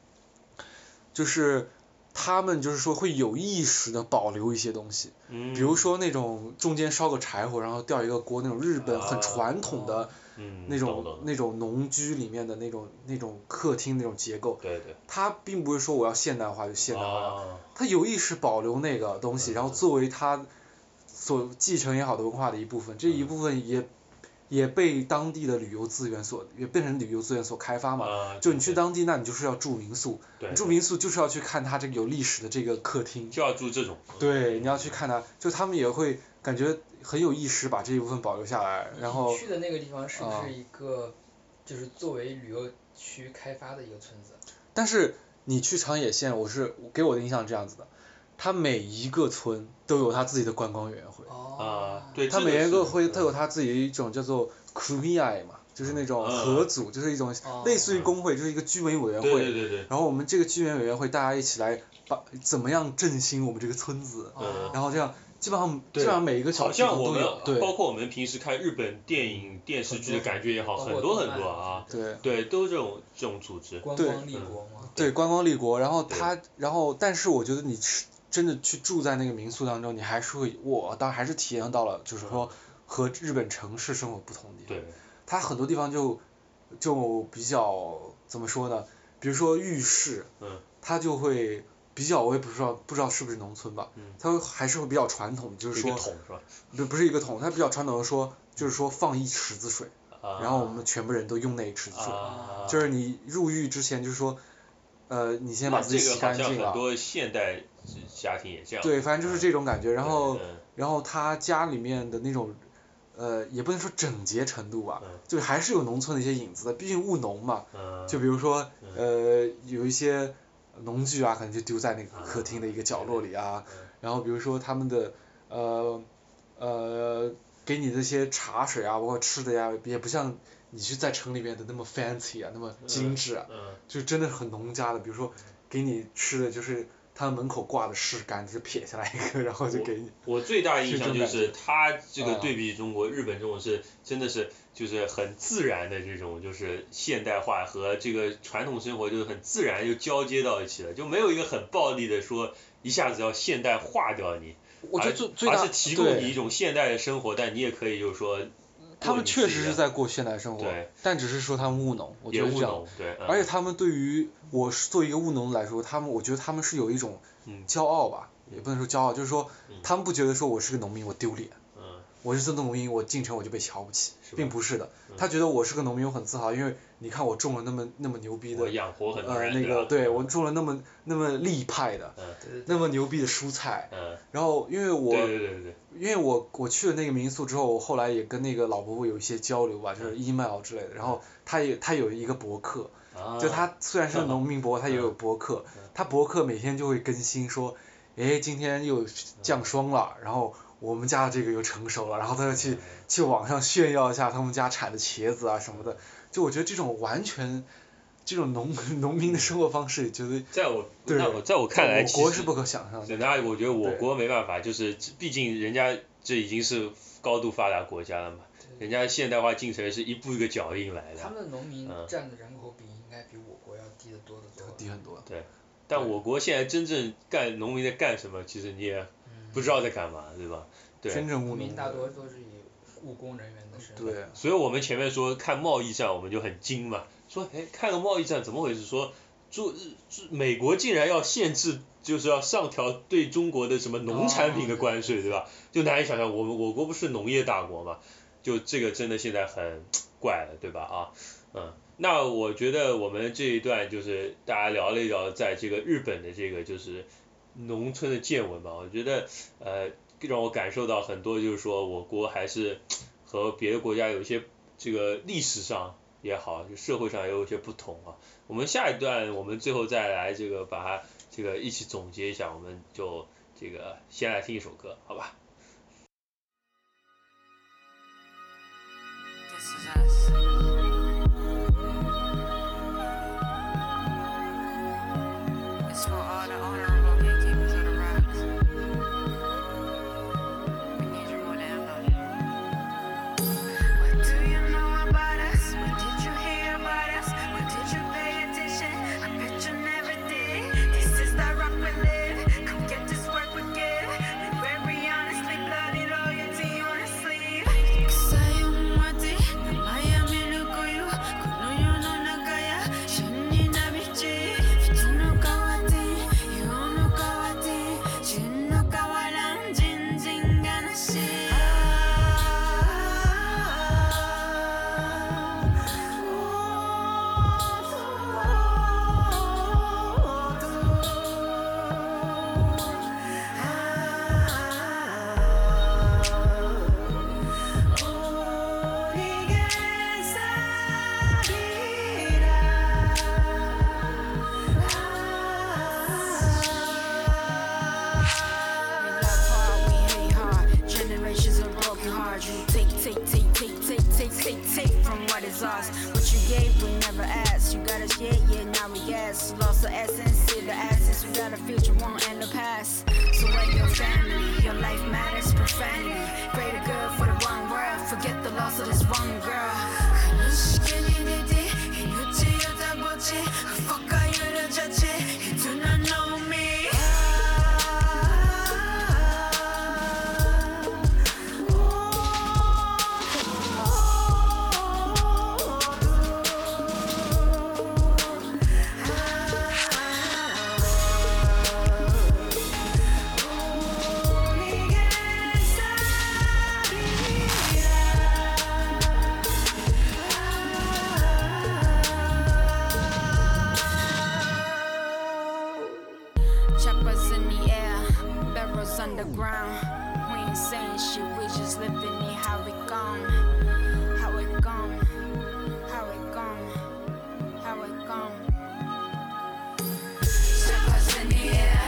Speaker 2: 就是他们就是说会有意识的保留一些东西，
Speaker 1: 嗯，
Speaker 2: 比如说那种中间烧个柴火，然后掉一个锅那种日本很传统的
Speaker 1: 啊嗯
Speaker 2: 那
Speaker 1: 懂
Speaker 2: 种
Speaker 1: 懂
Speaker 2: 那种农居里面的那种那种客厅那种结构，
Speaker 1: 对对，
Speaker 2: 它并不是说我要现代化就现代化了，
Speaker 1: 啊
Speaker 2: 它有意识保留那个东西，
Speaker 1: 嗯
Speaker 2: 然后作为它所继承也好的文化的一部分，
Speaker 1: 嗯
Speaker 2: 这一部分也也被当地的旅游资源所也变成旅游资源所开发嘛。
Speaker 1: 啊，
Speaker 2: 就你去
Speaker 1: 对
Speaker 2: 当地，那你就是要住民宿，
Speaker 1: 对
Speaker 2: 你住民宿就是要去看它这个有历史的这个客厅，
Speaker 1: 就要住这种，
Speaker 2: 对，你要去看它，就他们也会感觉很有意识把这一部分保留下来，然后
Speaker 1: 嗯
Speaker 3: 你去的那个地方是
Speaker 2: 啊
Speaker 3: 不是一个，就是作为旅游区开发的一个村子？
Speaker 2: 但是你去长野县，我是给我的印象是这样子的，它每一个村都有它自己的观光委员会，
Speaker 3: 哦
Speaker 1: 啊，，对，
Speaker 2: 它
Speaker 1: 这
Speaker 2: 每一
Speaker 1: 是
Speaker 2: 个会
Speaker 1: 嗯
Speaker 2: 它有它自己一种叫做 kumai 嘛，就是那种
Speaker 1: 嗯
Speaker 2: 合组，就是一种
Speaker 3: 哦
Speaker 2: 类似于工会，就是一个居民委员
Speaker 1: 对对
Speaker 2: 会。
Speaker 1: 对对，
Speaker 2: 然后我们这个居民委员会，大家一起来把怎么样振兴我们这个村子，
Speaker 3: 哦
Speaker 2: 然后这样基本上基
Speaker 1: 嗯对
Speaker 2: 本上每一个小
Speaker 1: 好
Speaker 2: 区
Speaker 1: 像我
Speaker 2: 都
Speaker 1: 们啊
Speaker 2: 有，对
Speaker 1: 包括我们平时看日本电影、电视剧的感觉也好，
Speaker 3: 包括
Speaker 1: 很多
Speaker 3: 动
Speaker 1: 很
Speaker 3: 漫
Speaker 1: 多啊，嗯
Speaker 2: 对。
Speaker 1: 对，都是这种这种组织，
Speaker 3: 观
Speaker 2: 对
Speaker 3: 光立国嘛。
Speaker 2: 对，观光立国，然后
Speaker 1: 对
Speaker 2: 他，然后但是我觉得你吃真的去住在那个民宿当中，你还是会，我当然还是体验到了，就是说和日本城市生活不同的地
Speaker 1: 对，
Speaker 2: 方。它很多地方就就比较怎么说呢？比如说浴室，
Speaker 1: 嗯，
Speaker 2: 它就会比较，我也不知道不知道是不是农村吧，
Speaker 1: 嗯
Speaker 2: 它还是会比较传统，就
Speaker 1: 有
Speaker 2: 是
Speaker 1: 一个
Speaker 2: 说
Speaker 1: 桶是吧？
Speaker 2: 不不是一个桶，它比较传统的说就是说放一池子水，
Speaker 1: 啊，
Speaker 2: 然后我们全部人都用那一池子水。
Speaker 1: 啊，
Speaker 2: 就是你入狱之前，就是说，呃，你先把
Speaker 1: 那
Speaker 2: 自己
Speaker 1: 这
Speaker 2: 洗
Speaker 1: 个好
Speaker 2: 干
Speaker 1: 像
Speaker 2: 净
Speaker 1: 很
Speaker 2: 了。
Speaker 1: 多现代家庭也这样，
Speaker 2: 对，反正就是这种感觉。然后
Speaker 1: 嗯，
Speaker 2: 然后他家里面的那种，呃，也不能说整洁程度吧
Speaker 1: 嗯，
Speaker 2: 就是还是有农村的一些影子的，毕竟务农嘛。
Speaker 1: 嗯，
Speaker 2: 就比如说，呃，有一些农具啊，可能就丢在那个客厅的一个角落里啊。
Speaker 1: 嗯
Speaker 2: 然后比如说他们的，呃，呃，给你这些茶水啊，包括吃的呀，也不像你去在城里面的那么 fancy 啊，那么精致啊。
Speaker 1: 嗯，
Speaker 2: 就真的很农家的，比如说给你吃的就是他门口挂的柿干，就撇下来一个，然后就给你。
Speaker 1: 我最大的印象就是
Speaker 2: 这
Speaker 1: 是他这个
Speaker 2: 啊
Speaker 1: 对比中国、日本这种是真的是就是很自然的这种就是现代化和这个传统生活就是很自然就交接到一起了，就没有一个很暴力的说一下子要现代化掉你，
Speaker 2: 我觉得
Speaker 1: 而
Speaker 2: 最最大
Speaker 1: 而是提供你一
Speaker 2: 对，
Speaker 1: 种现代的生活，但你也可以就是说
Speaker 2: 他们确实是
Speaker 1: 在
Speaker 2: 在过现代生活
Speaker 1: 对，
Speaker 2: 但只是说他们务农，我
Speaker 1: 也
Speaker 2: 觉得是
Speaker 1: 务
Speaker 2: 这样。
Speaker 1: 农对，嗯
Speaker 2: 而且他们对于我是作为一个务农来说，他们我觉得他们是有一种
Speaker 1: 嗯
Speaker 2: 骄傲吧，也不能说骄傲，就是说
Speaker 1: 嗯
Speaker 2: 他们不觉得说我是个农民我丢脸，
Speaker 1: 嗯
Speaker 2: 我是农民我进城我就被瞧不起
Speaker 1: 是，吧
Speaker 2: 并不是的
Speaker 1: 嗯，
Speaker 2: 他觉得我是个农民我很自豪，因为你看我种了那么那么牛逼的
Speaker 1: 我养活很多
Speaker 2: 呃
Speaker 1: 人、
Speaker 2: 那个
Speaker 1: 对吧
Speaker 2: 对我种了那么那么立派的
Speaker 3: 对对对。
Speaker 2: 那么牛逼的蔬菜，
Speaker 1: 嗯
Speaker 2: 然后因为我
Speaker 1: 对对对对对
Speaker 2: 因为我我去了那个民宿之后，我后来也跟那个老伯伯有一些交流吧，就是
Speaker 1: 嗯
Speaker 2: email 之类的，然后他也他有一个博客，
Speaker 1: 啊嗯
Speaker 2: 就他虽然是农民伯，他也有博客，他博客每天就会更新说，诶，今天又
Speaker 1: 嗯
Speaker 2: 降霜了，然后我们家的这个又成熟了，然后他就
Speaker 1: 嗯
Speaker 2: 去去网上炫耀一下他们家产的茄子啊什
Speaker 1: 嗯
Speaker 2: 么的，就我觉得这种完全这种农 <laughs> 农民的生活方式，觉得
Speaker 1: 在我
Speaker 2: 对
Speaker 1: 那我在我嗯看来
Speaker 2: 我
Speaker 1: 其
Speaker 2: 国
Speaker 1: 实
Speaker 2: 是不可想象的，
Speaker 1: 那我觉得我
Speaker 2: 对
Speaker 1: 国没办法，就是毕竟人家这已经是高度发达国家了嘛，人家现代化进程是一步一个脚印来
Speaker 3: 他
Speaker 1: 的。
Speaker 3: 们的农民
Speaker 1: 嗯
Speaker 3: 占的人口比应该比我国要低得多得多了。
Speaker 2: 低很多。
Speaker 1: 但我国现在真正干农民在干什么，其实你也
Speaker 2: 嗯
Speaker 1: 不知道在干嘛，对吧？对
Speaker 2: 真正务
Speaker 3: 嗯农
Speaker 2: 农
Speaker 3: 民大
Speaker 2: 的
Speaker 3: 多都是以务工人员的身份。
Speaker 2: 对，
Speaker 1: 所以我们前面说看贸易战，我们就很惊嘛，说哎看个贸易战怎么回事？说中日中美国竟然要限制，就是要上调对中国的什么农产品的关税，对吧？就难以想象，我们我国不是农业大国嘛，就这个真的现在很怪了，对吧？啊，嗯，那我觉得我们这一段就是大家聊了一聊在这个日本的这个就是农村的见闻吧，我觉得呃让我感受到很多，就是说我国还是和别的国家有一些这个历史上也好，就社会上也有一些不同啊。我们下一段我们最后再来这个把它这个一起总结一下，我们就这个先来听一首歌，好吧？
Speaker 5: This is us. It's for all the honorable gatekeepers of the rocks. We need you more than ever. What do you know about us? What did you hear about us? What did you pay attention? I bet you never did. This is the rock we live
Speaker 6: sauce. What you gave, we never asked. You got us yeah, yeah, now we yes. Lost the essence, see the essence. We got a future, one and the past. So where your family, your life matters profanity. Greater good for the one world. Forget the loss of this one girl. You do not know me. Choppers in the air, barrels underground. We ain't saying shit, we just living it how we gone. How it gone, how it gone, how it gone. Choppers in the air,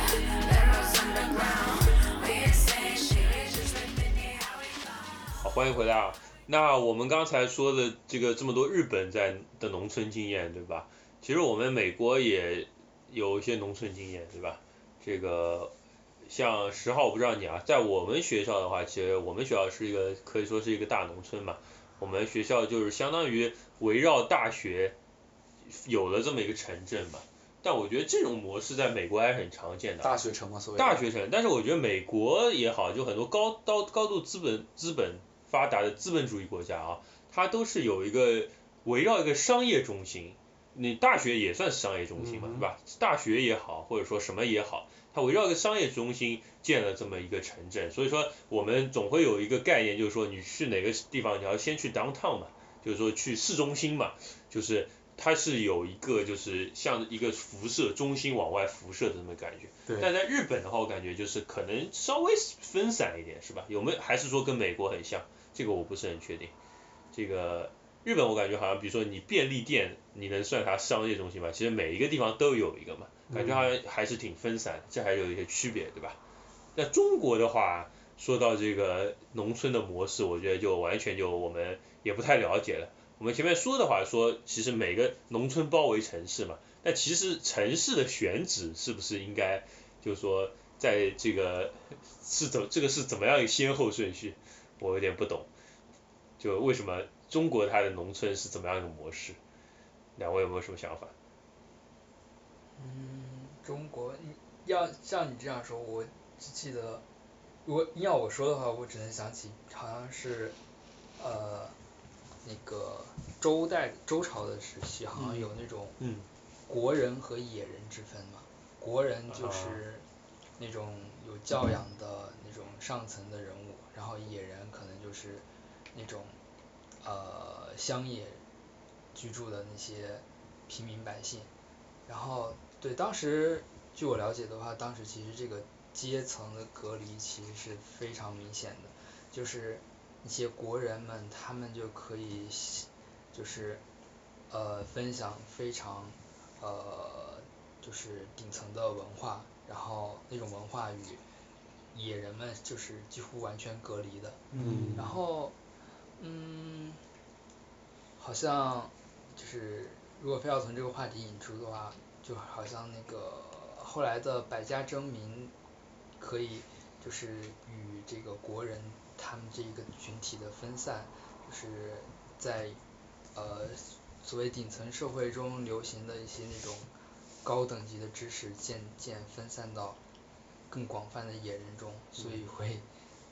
Speaker 6: barrels underground. We ain't saying shit, we just living it how it gone.
Speaker 1: 好，欢迎回来啊。那我们刚才说的这个这么多日本在的农村经验，对吧？其实我们美国也有一些农村经验，对吧？这个像十号，我不知道你啊，在我们学校的话，其实我们学校是一个可以说是一个大农村嘛。我们学校就是相当于围绕大学有了这么一个城镇嘛。但我觉得这种模式在美国还是很常见的啊。
Speaker 2: 大学城嘛，所谓的
Speaker 1: 大学城，但是我觉得美国也好，就很多高高高度资本资本发达的资本主义国家啊，它都是有一个围绕一个商业中心，你大学也算是商业中心嘛，
Speaker 2: 嗯
Speaker 1: 对吧？大学也好，或者说什么也好，它围绕一个商业中心建了这么一个城镇，所以说我们总会有一个概念，就是说你去哪个地方，你要先去 downtown 嘛，就是说去市中心嘛，就是。它是有一个就是像一个辐射中心往外辐射的这么感觉，但
Speaker 2: 对，
Speaker 1: 在日本的话，我感觉就是可能稍微分散一点，是吧？有没有还是说跟美国很像？这个我不是很确定。这个日本我感觉好像，比如说你便利店，你能算它商业中心吗？其实每一个地方都有一个嘛，感觉好像还是挺分散，这还有一些区别，对吧？那中国的话，说到这个农村的模式，我觉得就完全就我们也不太了解了。我们前面说的话说，其实每个农村包围城市嘛，但其实城市的选址是不是应该就是说在这个是怎这个是怎么样一个先后顺序，我有点不懂。就为什么中国它的农村是怎么样一个模式？两位有没有什么想法？
Speaker 3: 嗯中国，你要像你这样说，我只记得，如果硬要我说的话，我只能想起好像是，呃，那个周代周朝的时期，好像有那种
Speaker 1: 嗯
Speaker 3: 国人和野人之分嘛。国人就
Speaker 1: 啊
Speaker 3: 是那种有教养的那种上层的人物，然后野人可能就是那种呃乡野居住的那些平民百姓。然后对当时据我了解的话，当时其实这个阶层的隔离其实是非常明显的，就是一些国人们他们就可以就是呃分享非常呃就是顶层的文化，然后那种文化与野人们就是几乎完全隔离的。
Speaker 2: 嗯
Speaker 3: 然后嗯，好像就是如果非要从这个话题引出的话，就好像那个后来的百家争鸣可以就是与这个国人他们这一个群体的分散，就是在呃所谓顶层社会中流行的一些那种高等级的知识渐渐分散到更广泛的野人中，所以会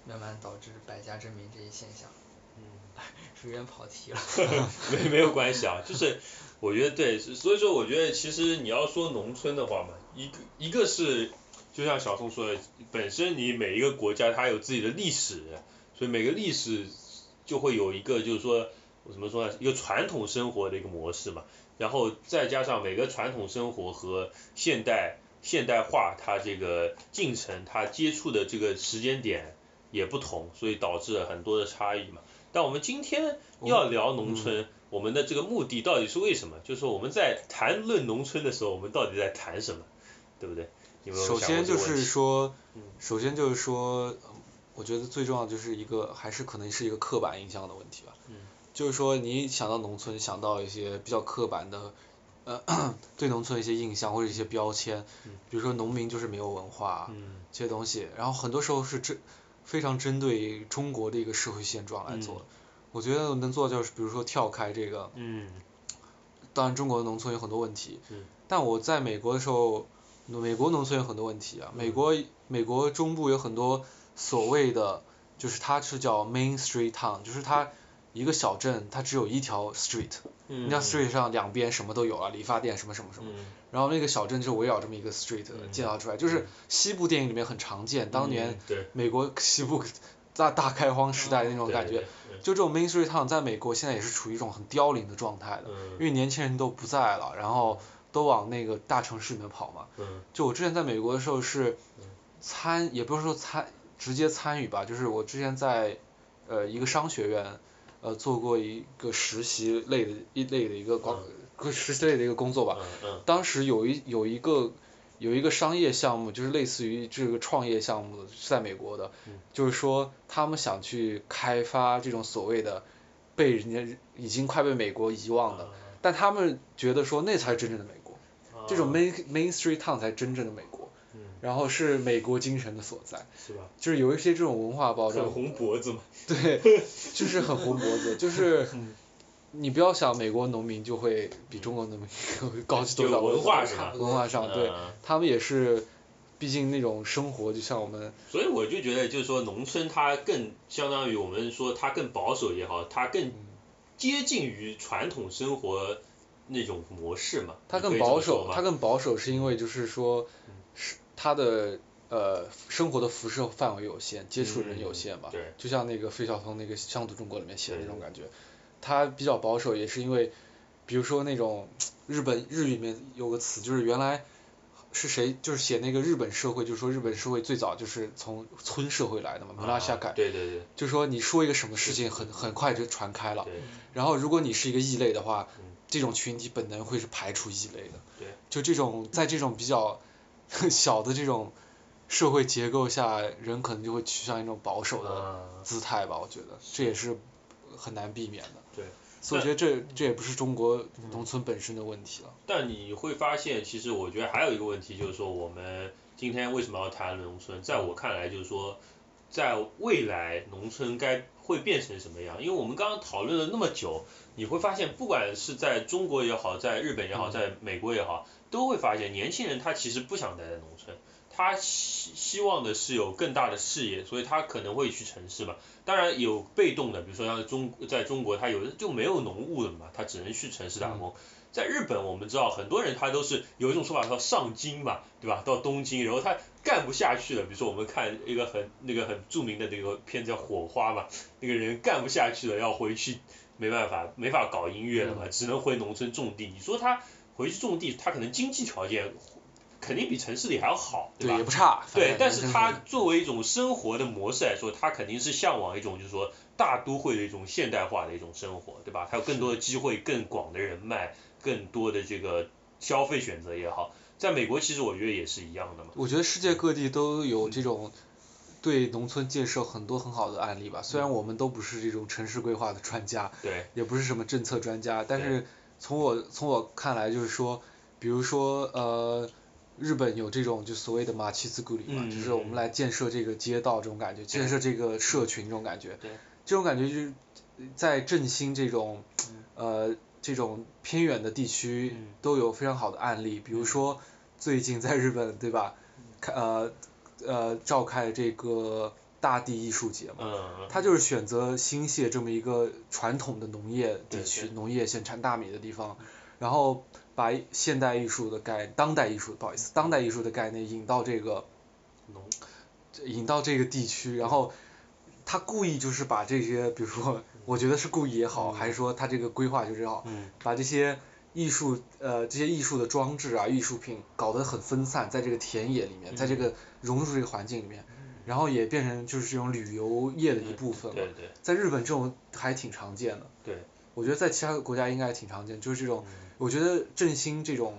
Speaker 3: 慢慢导致百家争鸣这一现象。嗯，是不是有点跑题了。
Speaker 1: 没 <laughs> 没有关系啊，就是我觉得对，所以说我觉得其实你要说农村的话嘛，一个一个是就像小宋说的，本身你每一个国家它有自己的历史，所以每个历史就会有一个就是说我怎么说呢，一个传统生活的一个模式嘛，然后再加上每个传统生活和现代现代化它这个进程它接触的这个时间点也不同，所以导致了很多的差异嘛。但我们今天要聊
Speaker 2: 嗯
Speaker 1: 农村，我们的这个目的到底是为什么？就是说我们在谈论农村的时候，我们到底在谈什么，对不对？有没有
Speaker 2: 首
Speaker 1: 想过
Speaker 2: 先
Speaker 1: 这
Speaker 2: 就
Speaker 1: 个问
Speaker 2: 是
Speaker 1: 题
Speaker 2: 说
Speaker 1: 嗯，
Speaker 2: 首先就是嗯说，呃我觉得最重要就是一个还是可能是一个刻板印象的问题吧。
Speaker 1: 嗯
Speaker 2: 就是说你一想到农村，想到一些比较刻板的，呃， <clears throat> 对农村一些印象或者一些标签，比如说农民就是没有文化，
Speaker 1: 嗯
Speaker 2: 这些东西，然后很多时候是针非常针对中国的一个社会现状来做的。我觉得能做的就是，比如说跳开这个，
Speaker 1: 嗯
Speaker 2: 当然中国的农村有很多问题，
Speaker 1: 嗯
Speaker 2: 但我在美国的时候，美国农村有很多问题啊，
Speaker 1: 嗯
Speaker 2: 美国美国中部有很多所谓的，就是它是叫 Main Street Town，就是它一个小镇它只有一条 street，
Speaker 1: 嗯，
Speaker 2: 那条 street 上两边什么都有啊，理发店什么什么什么。
Speaker 1: 嗯
Speaker 2: 然后那个小镇就围绕这么一个 street
Speaker 1: 嗯
Speaker 2: 建造出来，就是西部电影里面很常见，当年
Speaker 1: 嗯对
Speaker 2: 美国西部大大开荒时代的那
Speaker 1: 嗯
Speaker 2: 种
Speaker 1: 对
Speaker 2: 感觉
Speaker 1: 对。对
Speaker 2: 就这种 Main Street Town 在美国现在也是处于一种很凋零的状态的，因
Speaker 1: 嗯
Speaker 2: 为年轻人都不在了，然后都往那个大城市里面跑嘛。
Speaker 1: 嗯
Speaker 2: 就我之前在美国的时候是参，也不是说参直接参与吧，就是我之前在呃一个商学院呃做过一个实习类的一类的一个广，个实习类的一个工作吧。
Speaker 1: 嗯嗯
Speaker 2: 当时有一有一个有一个商业项目，就是类似于这个创业项目，是在美国的，
Speaker 1: 嗯
Speaker 2: 就是说他们想去开发这种所谓的被人家已经快被美国遗忘的，但他们觉得说那才是真正的美国，
Speaker 1: 嗯
Speaker 2: 这种
Speaker 1: 啊啊
Speaker 2: main main street town 才是真正的美国
Speaker 1: 嗯，
Speaker 2: 然后是美国精神的所在，
Speaker 1: 是吧？
Speaker 2: 就是有一些这种文化包
Speaker 1: 很
Speaker 2: 装，
Speaker 1: 红脖子嘛，
Speaker 2: 对，就是很红脖
Speaker 1: <laughs>
Speaker 2: 子，就是。
Speaker 1: 嗯
Speaker 2: 你不要想美国农民就会比中国农民 <laughs> 高级
Speaker 1: 就
Speaker 2: 多少，
Speaker 1: 文化是吧？
Speaker 2: 文化上，对
Speaker 1: 嗯
Speaker 2: 他们也是，毕竟那种生活就像我们，
Speaker 1: 所以我就觉得，就是说农村它更相当于我们说它更保守也好，它更接近于传统生活那种模式嘛。
Speaker 2: 它
Speaker 1: 你可以
Speaker 2: 更
Speaker 1: 这么
Speaker 2: 保
Speaker 1: 说嗯
Speaker 2: 守，
Speaker 1: 嘛
Speaker 2: 它更保守是因为就是说，是它的呃生活的辐射范围有限，接触人有限吧
Speaker 1: 嗯，对嗯
Speaker 2: 就像那个费孝通那个《乡土中国》里面写的那
Speaker 1: 对
Speaker 2: 种感觉，他比较保守也是因为，比如说那种日本日语里面有个词就是原来。是谁？就是写那个日本社会，就是说日本社会最早就是从村社会来的嘛，
Speaker 1: 啊
Speaker 2: 村下改，
Speaker 1: 对对对
Speaker 2: 就说你说一个什么事情很很快就传开了，
Speaker 1: 对，
Speaker 2: 然后，如果你是一个异类的话
Speaker 1: 嗯，
Speaker 2: 这种群体本能会是排除异类的。
Speaker 1: 对。
Speaker 2: 就这种在这种比较 <laughs> 小的这种社会结构下，人可能就会趋向一种保守的
Speaker 1: 啊
Speaker 2: 姿态吧，我觉得这也是很难避免的。
Speaker 1: 对。嗯
Speaker 2: 所以我觉得这这也不是中国农村本身的问题了。
Speaker 1: 但你会发现，其实我觉得还有一个问题，就是说我们今天为什么要谈农村？在我看来，就是说，在未来农村该会变成什么样？因为我们刚刚讨论了那么久，你会发现，不管是在中国也好，在日本也好，在美国也好，都会发现年轻人他其实不想待在农村，他希希望的是有更大的视野，所以他可能会去城市嘛。当然有被动的，比如说像中在中国，他有的就没有农务了嘛，他只能去城市打工。在日本，我们知道很多人他都是有一种说法叫上京嘛，对吧？到东京，然后他干不下去了。比如说我们看一个很那个很著名的那个片子叫《火花》嘛，那个人干不下去了，要回去，没办法，没法搞音乐了嘛，只能回农村种地。你说他回去种地，他可能经济条件肯定比城市里还要好，
Speaker 2: 对，
Speaker 1: 吧
Speaker 2: 也？不差。反
Speaker 1: 对
Speaker 2: 正，
Speaker 1: 但是它作为一种生活的模式来说，它肯定是向往一种就是说大都会的一种现代化的一种生活，对吧？它有更多的机会、更广的人脉、更多的这个消费选择也好，在美国其实我觉得也是一样的嘛。
Speaker 2: 我觉得世界各地都有这种对农村建设很多很好的案例吧。虽然我们都不是这种城市规划的专家，
Speaker 1: 嗯对，
Speaker 2: 也不是什么政策专家，但
Speaker 1: 对
Speaker 2: 是从我从我看来，就是说，比如说呃，日本有这种就所谓的马奇斯古里嘛，
Speaker 1: 嗯
Speaker 2: 就是我
Speaker 1: 嗯
Speaker 2: 们来建设这个街道这种感觉，建设这个社群这种感觉，
Speaker 1: 对
Speaker 2: 这种感觉就是在振兴这种呃这种偏远的地区
Speaker 1: 嗯
Speaker 2: 都有非常好的案例，比如说最近在日本对吧，开呃呃召开这个大地艺术节嘛。
Speaker 1: 嗯，
Speaker 2: 它就是选择新泻这么一个传统的农业地
Speaker 1: 对
Speaker 2: 区，
Speaker 1: 对嗯
Speaker 2: 农业生产大米的地方，然后把现代艺术的概，当代艺术，不好意
Speaker 1: 嗯
Speaker 2: 思，当代艺术的概念引到这个
Speaker 1: 农
Speaker 2: 引到这个地区，然后他故意就是把这些，比如说，我觉得是故意也好，还是说他这个规划就是好，
Speaker 1: 嗯
Speaker 2: 把这些艺术呃这些艺术的装置啊艺术品搞得很分散，在这个田野里面，在这个融入这个环境里面，然后也变成就是这种旅游业的一部分了。
Speaker 1: 嗯对对
Speaker 2: 在日本这种还挺常见的，
Speaker 1: 对，嗯
Speaker 2: 我觉得在其他的国家应该也挺常见，就是这种，我觉得振兴这种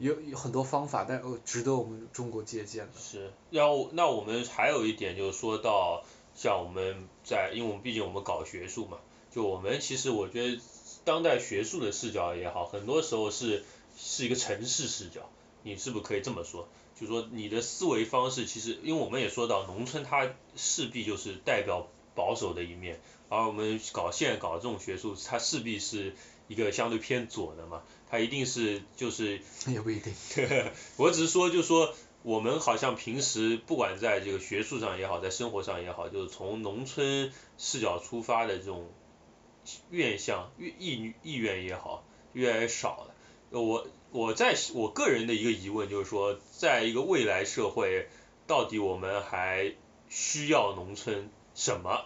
Speaker 2: 有有很多方法，但呃值得我们中国借鉴的。 <laughs>
Speaker 1: 是，然后那我们还有一点就是说到，像我们在，因为我们毕竟我们搞学术嘛，就我们其实我觉得当代学术的视角也好，很多时候是是一个城市视角，你是不是可以这么说？就说你的思维方式，其实因为我们也说到，农村它势必就是代表保守的一面，而我们搞现在搞这种学术，它势必是一个相对偏左的嘛，它一定是就是
Speaker 2: 也不一定。
Speaker 1: <laughs> 我只是说，就说我们好像平时不管在这个学术上也好，在生活上也好，就是从农村视角出发的这种愿向、意意意愿也好，越来越少了。呃我我在我个人的一个疑问就是说，在一个未来社会，到底我们还需要农村什么？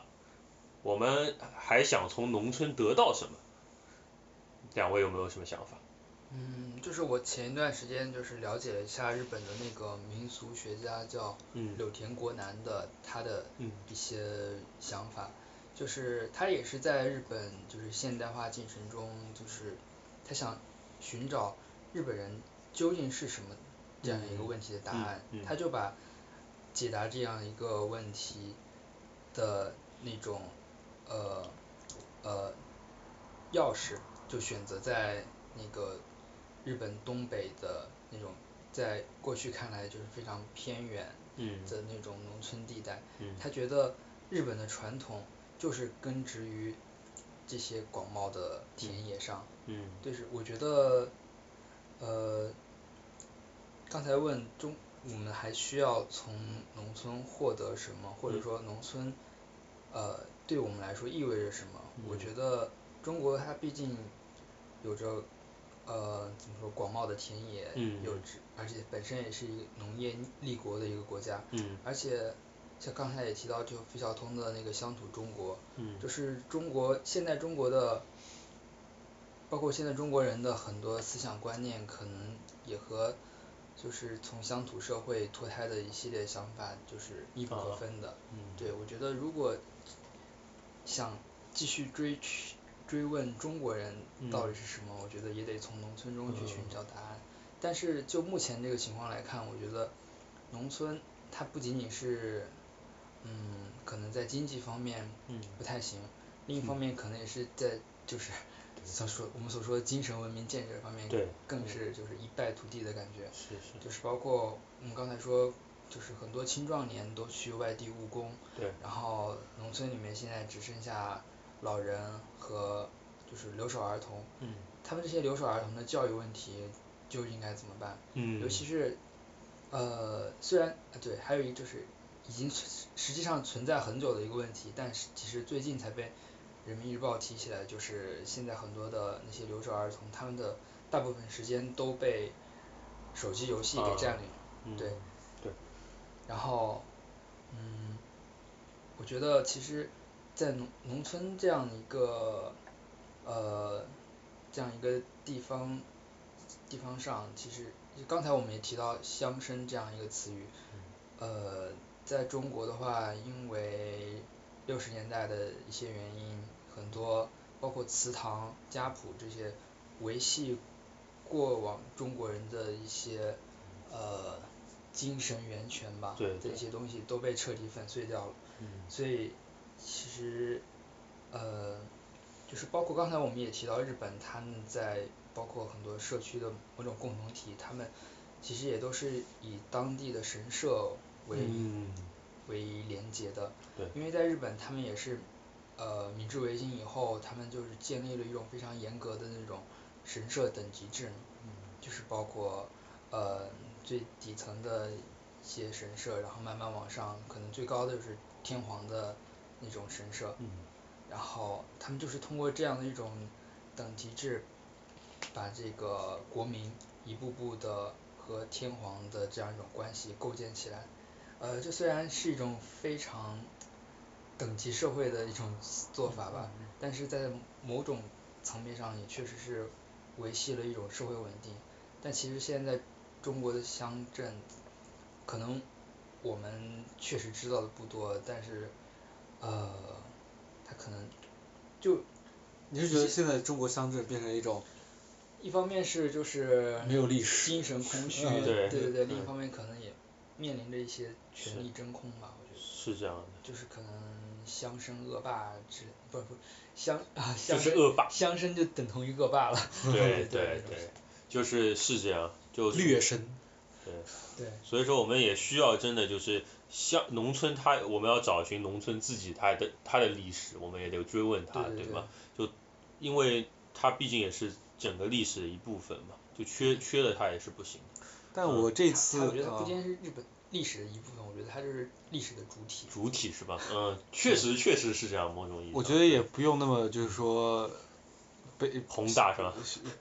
Speaker 1: 我们还想从农村得到什么？两位有没有什么想法？
Speaker 3: <laughs> 嗯，就是我前一段时间就是了解了一下日本的那个民俗学家叫
Speaker 1: 嗯
Speaker 3: 柳田国男的他的
Speaker 1: 嗯
Speaker 3: 一些想法，就是他也是在日本就是现代化进程中，就是他想寻找日本人究竟是什么这样一个问题的答
Speaker 1: 嗯
Speaker 3: 案，
Speaker 1: 嗯
Speaker 3: 他就把解答这样一个问题的那种呃呃钥匙，就选择在那个日本东北的那种，在过去看来就是非常偏远
Speaker 1: 嗯
Speaker 3: 的那种农村地带。
Speaker 1: 嗯
Speaker 3: 他觉得日本的传统就是根植于这些广袤的田野上。
Speaker 1: 嗯
Speaker 3: 就是我觉得，呃，刚才问中，我们还需要从农村获得什么，或者
Speaker 1: 嗯
Speaker 3: 说农村，呃，对我们来说意味着什么？我
Speaker 1: 嗯
Speaker 3: 觉得中国它毕竟有着，呃，怎么说广袤的田野，
Speaker 1: 嗯
Speaker 3: 有着，而且本身也是一个农业立国的一个国家，
Speaker 1: 嗯
Speaker 3: 而且像刚才也提到，就费孝通的那个乡土中国，
Speaker 1: 嗯
Speaker 3: 就是中国现在中国的，包括现在中国人的很多思想观念，可能也和就是从乡土社会脱胎的一系列想法就是密不可
Speaker 1: 啊
Speaker 3: 分的。
Speaker 1: 嗯
Speaker 3: 对，我觉得如果想继续追去追问中国人到底是什么，我觉得也得从农村中去寻找答案。但是就目前这个情况来看，我觉得农村它不仅仅是，嗯，可能在经济方面
Speaker 1: 嗯
Speaker 3: 不太行，另一方面可能也是在就是 <laughs> 所说我们所说的精神文明建设方面
Speaker 1: 对，
Speaker 3: 更是就是一败涂地的感觉。
Speaker 1: 是是，
Speaker 3: 就是包括我们刚才说，就是很多青壮年都去外地务工，
Speaker 1: 对，
Speaker 3: 然后农村里面现在只剩下老人和就是留守儿童，
Speaker 1: 嗯
Speaker 3: 他们这些留守儿童的教育问题究竟该怎么办？
Speaker 1: 嗯，
Speaker 3: 尤其是，呃，虽然啊对，还有一就是已经存实际上存在很久的一个问题，但是其实最近才被人民日报提起来，就是现在很多的那些留守儿童，他们的大部分时间都被手机游戏给
Speaker 1: 啊
Speaker 3: 占领，
Speaker 1: 嗯
Speaker 3: 对，
Speaker 1: 对，
Speaker 3: 然后，嗯，我觉得其实，在农农村这样一个，呃，这样一个地方地方上，其实刚才我们也提到“乡绅”这样一个词语，
Speaker 1: 嗯
Speaker 3: 呃，在中国的话，因为六十年代的一些原因，很多包括祠堂、家谱这些维系过往中国人的一些呃精神源泉吧，
Speaker 1: 对对
Speaker 3: 这些东西都被彻底粉碎掉了。
Speaker 1: 嗯
Speaker 3: 所以其实呃，就是包括刚才我们也提到日本，他们在包括很多社区的某种共同体，他们其实也都是以当地的神社为、
Speaker 1: 嗯
Speaker 3: 为连接的。
Speaker 1: 对
Speaker 3: 因为在日本，他们也是呃明治维新以后，他们就是建立了一种非常严格的那种神社等级制，
Speaker 1: 嗯
Speaker 3: 就是包括呃最底层的一些神社，然后慢慢往上，可能最高的就是天皇的那种神社。
Speaker 1: 嗯
Speaker 3: 然后他们就是通过这样的一种等级制，把这个国民一步步的和天皇的这样一种关系构建起来。呃，这虽然是一种非常等级社会的一种做法吧，
Speaker 2: 嗯
Speaker 3: 但是在某种层面上也确实是维系了一种社会稳定。但其实现在中国的乡镇，可能我们确实知道的不多，但是呃，它可能就
Speaker 2: 你是觉得现在中国乡镇变成一种
Speaker 3: 一方面是就是
Speaker 2: 没有历史
Speaker 3: 精神空虚，
Speaker 2: 嗯
Speaker 1: 对
Speaker 3: 对
Speaker 2: 对
Speaker 3: 另一方面可能也面临着一些权
Speaker 1: 是
Speaker 3: 力真空吧，我觉得
Speaker 1: 是这样的，
Speaker 3: 就是可能乡绅恶霸之，不是不是乡啊乡
Speaker 1: 就是
Speaker 3: 绅
Speaker 1: 恶
Speaker 3: <laughs>
Speaker 1: 霸，
Speaker 3: 乡绅就等同于恶霸了，
Speaker 1: 对
Speaker 3: 对
Speaker 1: 对对，就是是这样，就
Speaker 2: 劣绅，
Speaker 3: 对
Speaker 1: 所以说我们也需要真的就是像农村它，我们要找寻农村自己它的它的历史，我们也得追问它，
Speaker 3: 对对对
Speaker 1: 吗？就因为它毕竟也是整个历史的一部分嘛，就缺缺了它也是不行的。
Speaker 2: 但我这
Speaker 3: 他
Speaker 2: 次
Speaker 3: 嗯我觉得它不
Speaker 2: 啊
Speaker 3: 仅是日本历史的一部分，我觉得它就是历史的主体。
Speaker 1: 主体是吧？嗯，确实确实是这样，某种意义上。
Speaker 2: 我觉得也不用那么就是说悲
Speaker 1: 宏大是吧？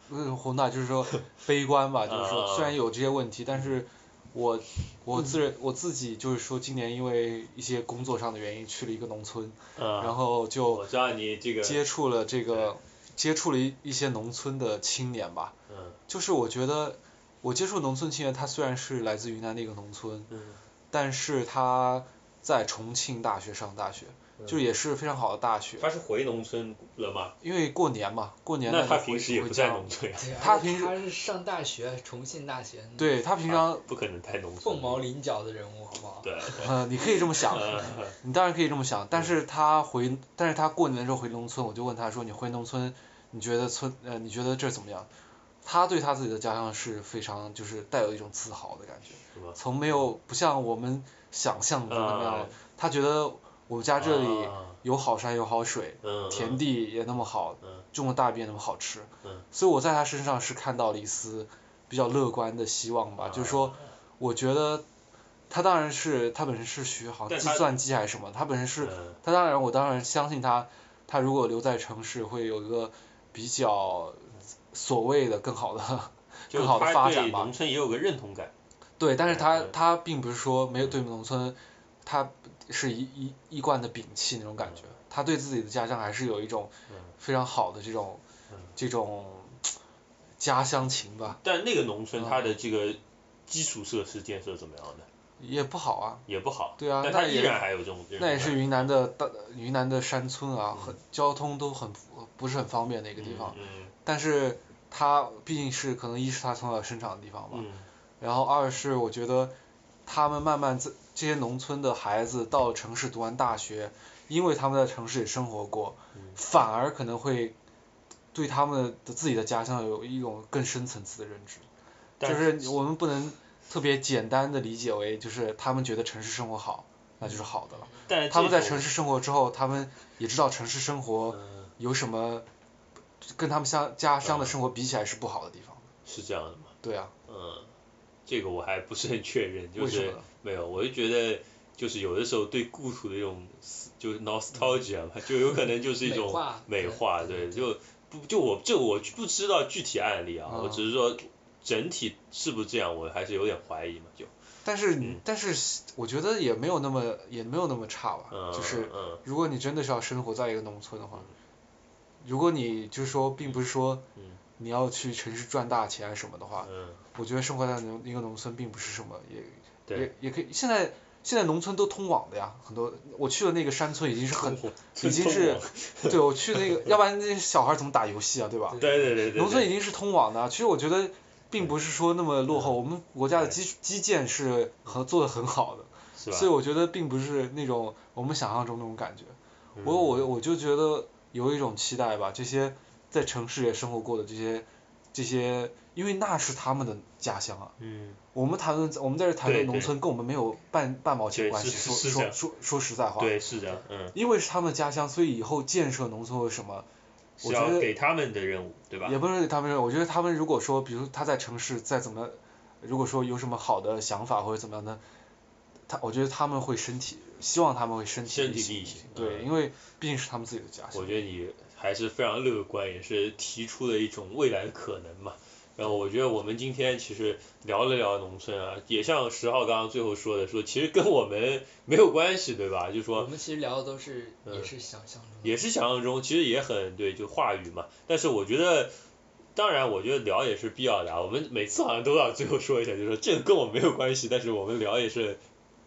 Speaker 2: 不是宏大，就是
Speaker 3: <laughs>
Speaker 2: 说悲观吧，就是
Speaker 1: 啊
Speaker 3: 嗯
Speaker 2: 说虽然有这些问题，但是我我自认我自己就是说今年因为一些工作上的原因去了一个农村，
Speaker 1: 嗯，
Speaker 2: 然后就
Speaker 1: 我知道你这个，
Speaker 2: 接触了这个接触了一一些农村的青年吧，
Speaker 1: 嗯
Speaker 2: 就是我觉得我接触农村青年，他虽然是来自云南的一个农村，
Speaker 1: 嗯
Speaker 2: 但是他在重庆大学上大学，就也是非常好的大学，
Speaker 1: 他是回农村了吗？
Speaker 2: 因为过年嘛，过年
Speaker 1: 那
Speaker 2: 就
Speaker 1: 他
Speaker 2: 回
Speaker 1: 平时也
Speaker 2: 回
Speaker 1: 不在
Speaker 2: 家
Speaker 1: 农村呀， <laughs>
Speaker 3: 对啊，
Speaker 2: 他
Speaker 3: 而且
Speaker 2: 平时
Speaker 3: 他是上大学，重庆大学，，
Speaker 2: 对他平常
Speaker 1: 不可能太农村。
Speaker 3: 凤毛麟角的人物，好不好？
Speaker 1: 对，
Speaker 2: 呃，你可以这么想，
Speaker 1: <laughs> 嗯
Speaker 2: 你当然可以这么想，但是他回，但是他过年的时候回农村，我就问他说，你回农村，你觉得村，呃，你觉得这儿怎么样？他对他自己的家乡是非常就是带有一种自豪的感觉，
Speaker 1: 是吧？
Speaker 2: 从没有不像我们想象中的那样，
Speaker 1: 啊
Speaker 2: 他觉得我们家这里
Speaker 1: 啊
Speaker 2: 有好山有好水，
Speaker 1: 嗯，
Speaker 2: 田地也那么好，
Speaker 1: 嗯
Speaker 2: 种的大便那么好吃，
Speaker 1: 嗯
Speaker 2: 所以我在他身上是看到了一丝比较乐观的希望
Speaker 1: 哎啊
Speaker 2: 吧，就是说，我觉得他当然是他本身是学好像
Speaker 1: 但
Speaker 2: 计
Speaker 1: 他
Speaker 2: 算机还是什么，他本身是
Speaker 1: 嗯
Speaker 2: 他当然我当然相信他，他如果留在城市会有一个比较所谓的更好的
Speaker 1: 就
Speaker 2: 更好的
Speaker 1: 他
Speaker 2: 发
Speaker 1: 对
Speaker 2: 展吧
Speaker 1: 农村也有个认同感，
Speaker 2: 对，但是
Speaker 1: 对
Speaker 2: 他
Speaker 1: 对
Speaker 2: 他并不是说没有对农村，他是一一一贯的摒弃那种感觉，他对自己的家乡还是有一种
Speaker 1: 嗯
Speaker 2: 非常好的这种
Speaker 1: 嗯
Speaker 2: 这种家乡情吧，
Speaker 1: 但那个农村
Speaker 2: 嗯
Speaker 1: 它的这个基础设施建设怎么样呢？
Speaker 2: 也不好啊，
Speaker 1: 也不好，
Speaker 2: 对啊
Speaker 1: 但
Speaker 2: 那
Speaker 1: 它依
Speaker 2: 也
Speaker 1: 然还有这种认同
Speaker 2: 那
Speaker 1: 感，
Speaker 2: 也是云南的大云南的山村啊，很交通都很不不是很方便的一个地方，
Speaker 1: 嗯
Speaker 2: 但是他毕竟是可能一是他从小生长的地方吧，
Speaker 1: 嗯
Speaker 2: 然后二是我觉得他们慢慢在这些农村的孩子到城市读完大学，因为他们在城市里生活过，
Speaker 1: 嗯
Speaker 2: 反而可能会对他们的自己的家乡有一种更深层次的认知，
Speaker 1: 但
Speaker 2: 就是我们不能特别简单的理解为就是他们觉得城市生活好，那就是好的了。
Speaker 1: 嗯，但是
Speaker 2: 他们
Speaker 1: 这
Speaker 2: 在
Speaker 1: 种
Speaker 2: 城市生活之后，他们也知道城市生活
Speaker 1: 嗯
Speaker 2: 有什么跟他们乡家乡的
Speaker 1: 嗯
Speaker 2: 生活比起来是不好的地方。
Speaker 1: 是这样的嘛，
Speaker 2: 对啊，
Speaker 1: 嗯，这个我还不是很确认，就
Speaker 2: 为什
Speaker 1: 是
Speaker 2: 么呢
Speaker 1: 没有，我就觉得。就是有的时候对故土的一种思就是 nostalgia
Speaker 2: 嗯
Speaker 1: 嘛，就有可能就是一
Speaker 3: 美
Speaker 1: 种
Speaker 3: 化
Speaker 1: 美
Speaker 3: 对
Speaker 1: 化，对，
Speaker 3: 对
Speaker 1: 就不就我这我不知道具体案例啊，我
Speaker 2: 嗯
Speaker 1: 只是说整体是不是这样，我还是有点怀疑嘛，就
Speaker 2: 但是你、
Speaker 1: 嗯
Speaker 2: 但是我觉得也没有那么也没有那么差吧，
Speaker 1: 嗯
Speaker 2: 啊就是
Speaker 1: 嗯
Speaker 2: 如果你真的是要生活在一个农村的话，如果你就是说并不是说
Speaker 1: 嗯
Speaker 2: 你要去城市赚大钱什么的话，
Speaker 1: 嗯，
Speaker 2: 我觉得生活在农一个农村并不是什么也
Speaker 1: 对
Speaker 2: 也也可以。现在现在农村都通网的呀，很多我去的那个山村已经是很
Speaker 1: <laughs>
Speaker 2: 已经是对我去那个，要不然那小孩怎么打游戏啊，对吧？
Speaker 1: 对对对对对，
Speaker 2: 农村已经是通网的啊，其实我觉得并不是说那么落后，我们国家的基基建是很做的很好的。
Speaker 1: 是吧？
Speaker 2: 所以我觉得并不是那种我们想象中那种感觉。
Speaker 1: 嗯
Speaker 2: 我我我就觉得有一种期待吧，这些在城市里生活过的这些这些，因为那是他们的家乡啊。
Speaker 1: 嗯，
Speaker 2: 我们谈论我们在这谈论
Speaker 1: 对
Speaker 2: 农村，跟我们没有半半毛钱
Speaker 1: 对
Speaker 2: 关系。
Speaker 1: 是是
Speaker 2: 说
Speaker 1: 是这
Speaker 2: 说
Speaker 1: 样
Speaker 2: 说说实在话，
Speaker 1: 对，是的，嗯，
Speaker 2: 因为是他们的家乡，所以以后建设农村或者什么，
Speaker 1: 是
Speaker 2: 我觉
Speaker 1: 要
Speaker 2: 得
Speaker 1: 给他们的任务，对吧
Speaker 2: 也？不是他们，我觉得他们如果说，比如他在城市再怎么，如果说有什么好的想法或者怎么样的，他我觉得他们会身体，希望他们会身体
Speaker 1: 身
Speaker 2: 力
Speaker 1: 体力
Speaker 2: 行
Speaker 1: 行，
Speaker 2: 对，
Speaker 1: 嗯
Speaker 2: 因为毕竟是他们自己的家乡
Speaker 1: 我。觉得你还是非常乐观，也是提出了一种未来的可能嘛。然后我觉得我们今天其实聊了聊农村啊，也像十号刚刚最后说的，说其实跟我们没有关系，对吧？就
Speaker 3: 我
Speaker 1: 说
Speaker 3: 们其实聊的都是也
Speaker 1: 嗯
Speaker 3: 是想象中的，
Speaker 1: 也是想象中，其实也很对，就话语嘛。但是我觉得，当然我觉得聊也是必要的啊。我们每次好像都要最后说一下，就是说这个跟我没有关系，但是我们聊也是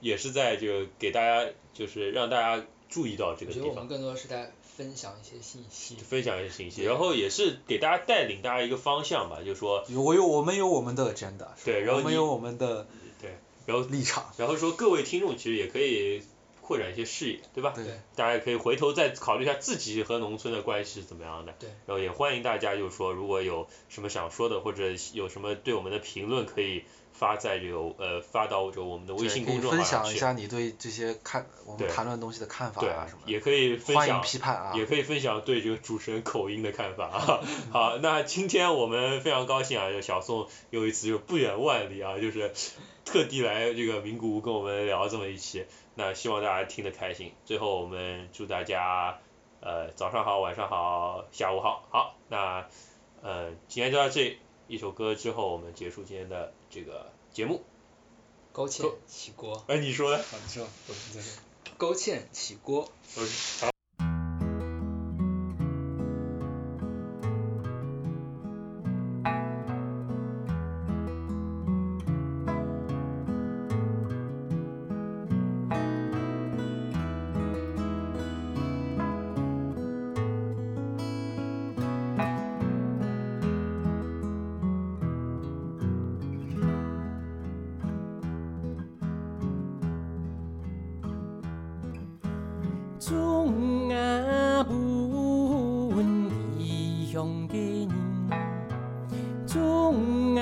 Speaker 1: 也是在这个给大家就是让大家注意到这
Speaker 3: 我
Speaker 1: 个地
Speaker 3: 觉得我
Speaker 1: 方
Speaker 3: 们。更多是在分享一些信息。
Speaker 1: 分享一些信息，
Speaker 3: 对
Speaker 1: 然后也是给大家带领大家一个方向吧，就是说，
Speaker 2: 有我有我们有我们的 agenda，是吧
Speaker 1: 对然后
Speaker 2: 我们
Speaker 1: 你
Speaker 2: 有我们的
Speaker 1: 对，然后
Speaker 2: 立场，
Speaker 1: 然后说各位听众其实也可以扩展一些视野，对吧？
Speaker 2: 对
Speaker 1: 大家也可以回头再考虑一下自己和农村的关系是怎么样的。
Speaker 3: 对
Speaker 1: 然后也欢迎大家就是说，如果有什么想说的，或者有什么对我们的评论，可以发在这个呃发到这个我们的微
Speaker 7: 对
Speaker 1: 信
Speaker 7: 可以
Speaker 1: 公众号
Speaker 7: 分
Speaker 1: 上
Speaker 7: 享一
Speaker 1: 去。
Speaker 7: 下你对这些看我们
Speaker 1: 对
Speaker 7: 谈论东西的看法
Speaker 1: 对
Speaker 7: 啊什么，的，
Speaker 1: 也可以分
Speaker 7: 欢迎
Speaker 1: 享
Speaker 7: 批判啊。
Speaker 1: 也可以分享对这个主持人口音的看法 <laughs> 啊。好，那今天我们非常高兴啊，就小宋又一次就不远万里啊，就是特地来这个名古屋跟我们聊这么一期，那希望大家听得开心。最后我们祝大家呃早上好，晚上好，下午好，好，那呃今天就到这里一首歌之后，我们结束今天的这个节目。
Speaker 3: 勾芡起锅，
Speaker 1: 哎，你说呢？
Speaker 3: 好，你说，我们在这。勾芡起锅。
Speaker 1: 我是好，
Speaker 8: 总啊阮异乡的人，总啊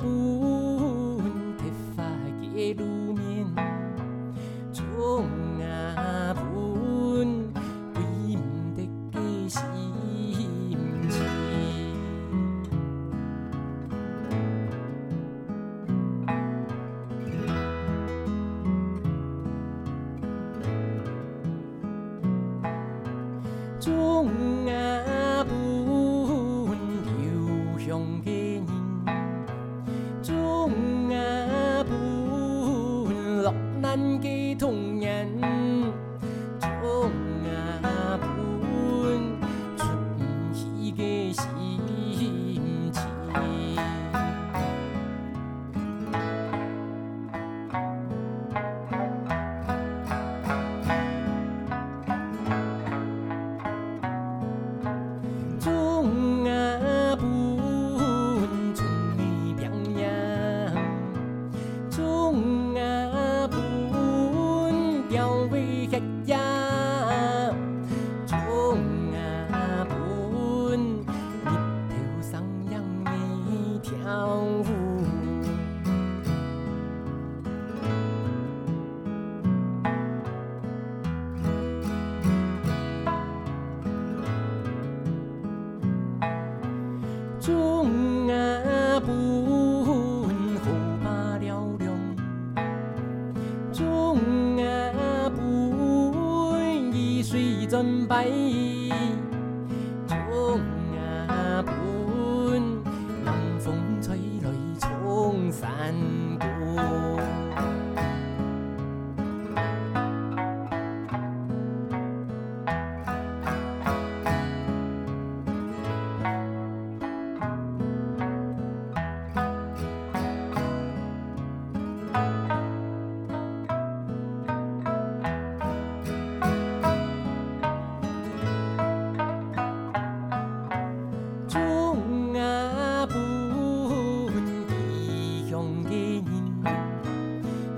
Speaker 8: 阮铁发的路面，总啊阮为毋得的心情。总啊阮流向的人，总啊阮落难的童年，总啊阮出不起的心情。总啊阮村里边呀，总啊阮调味客呀，总啊阮日头上扬的跳舞。中啊本好把了量，中啊本易水准备，中啊本南风吹来冲山歌。总啊本异乡的人，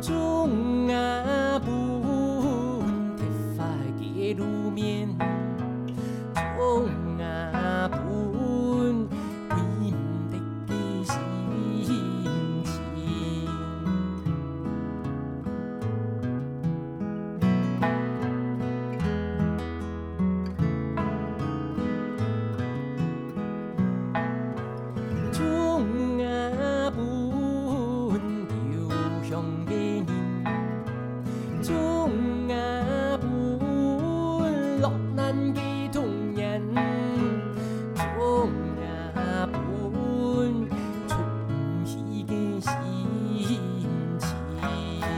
Speaker 8: 总啊本铁发的路面，总啊本为唔得的心情。总啊本流向的人，总啊本落难的童年，总啊本出不起的心情。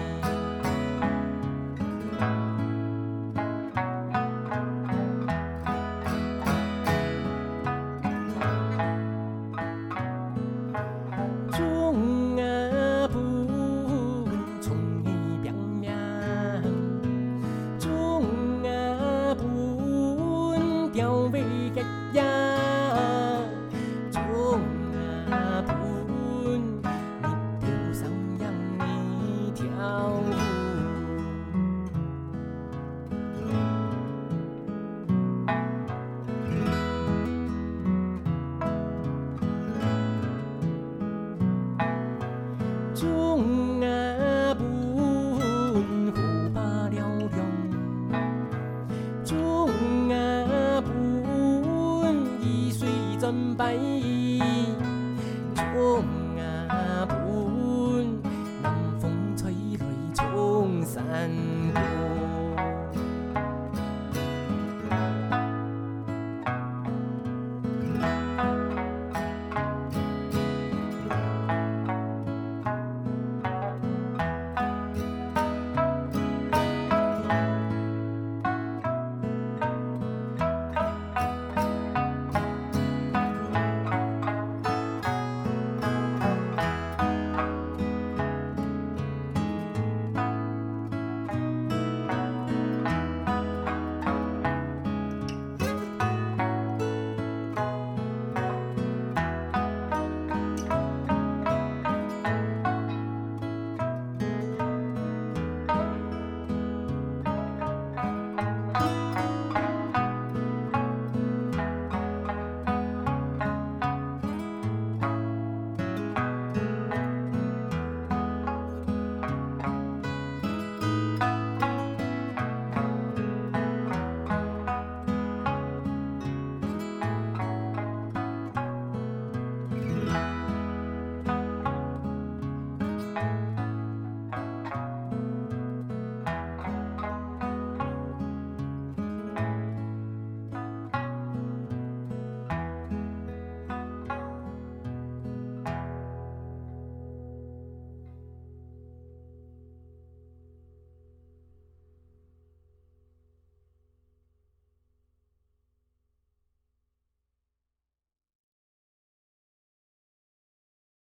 Speaker 8: 总啊本从你边呀，总啊本调味个呀，总啊本日头上扬你跳舞。真白衣。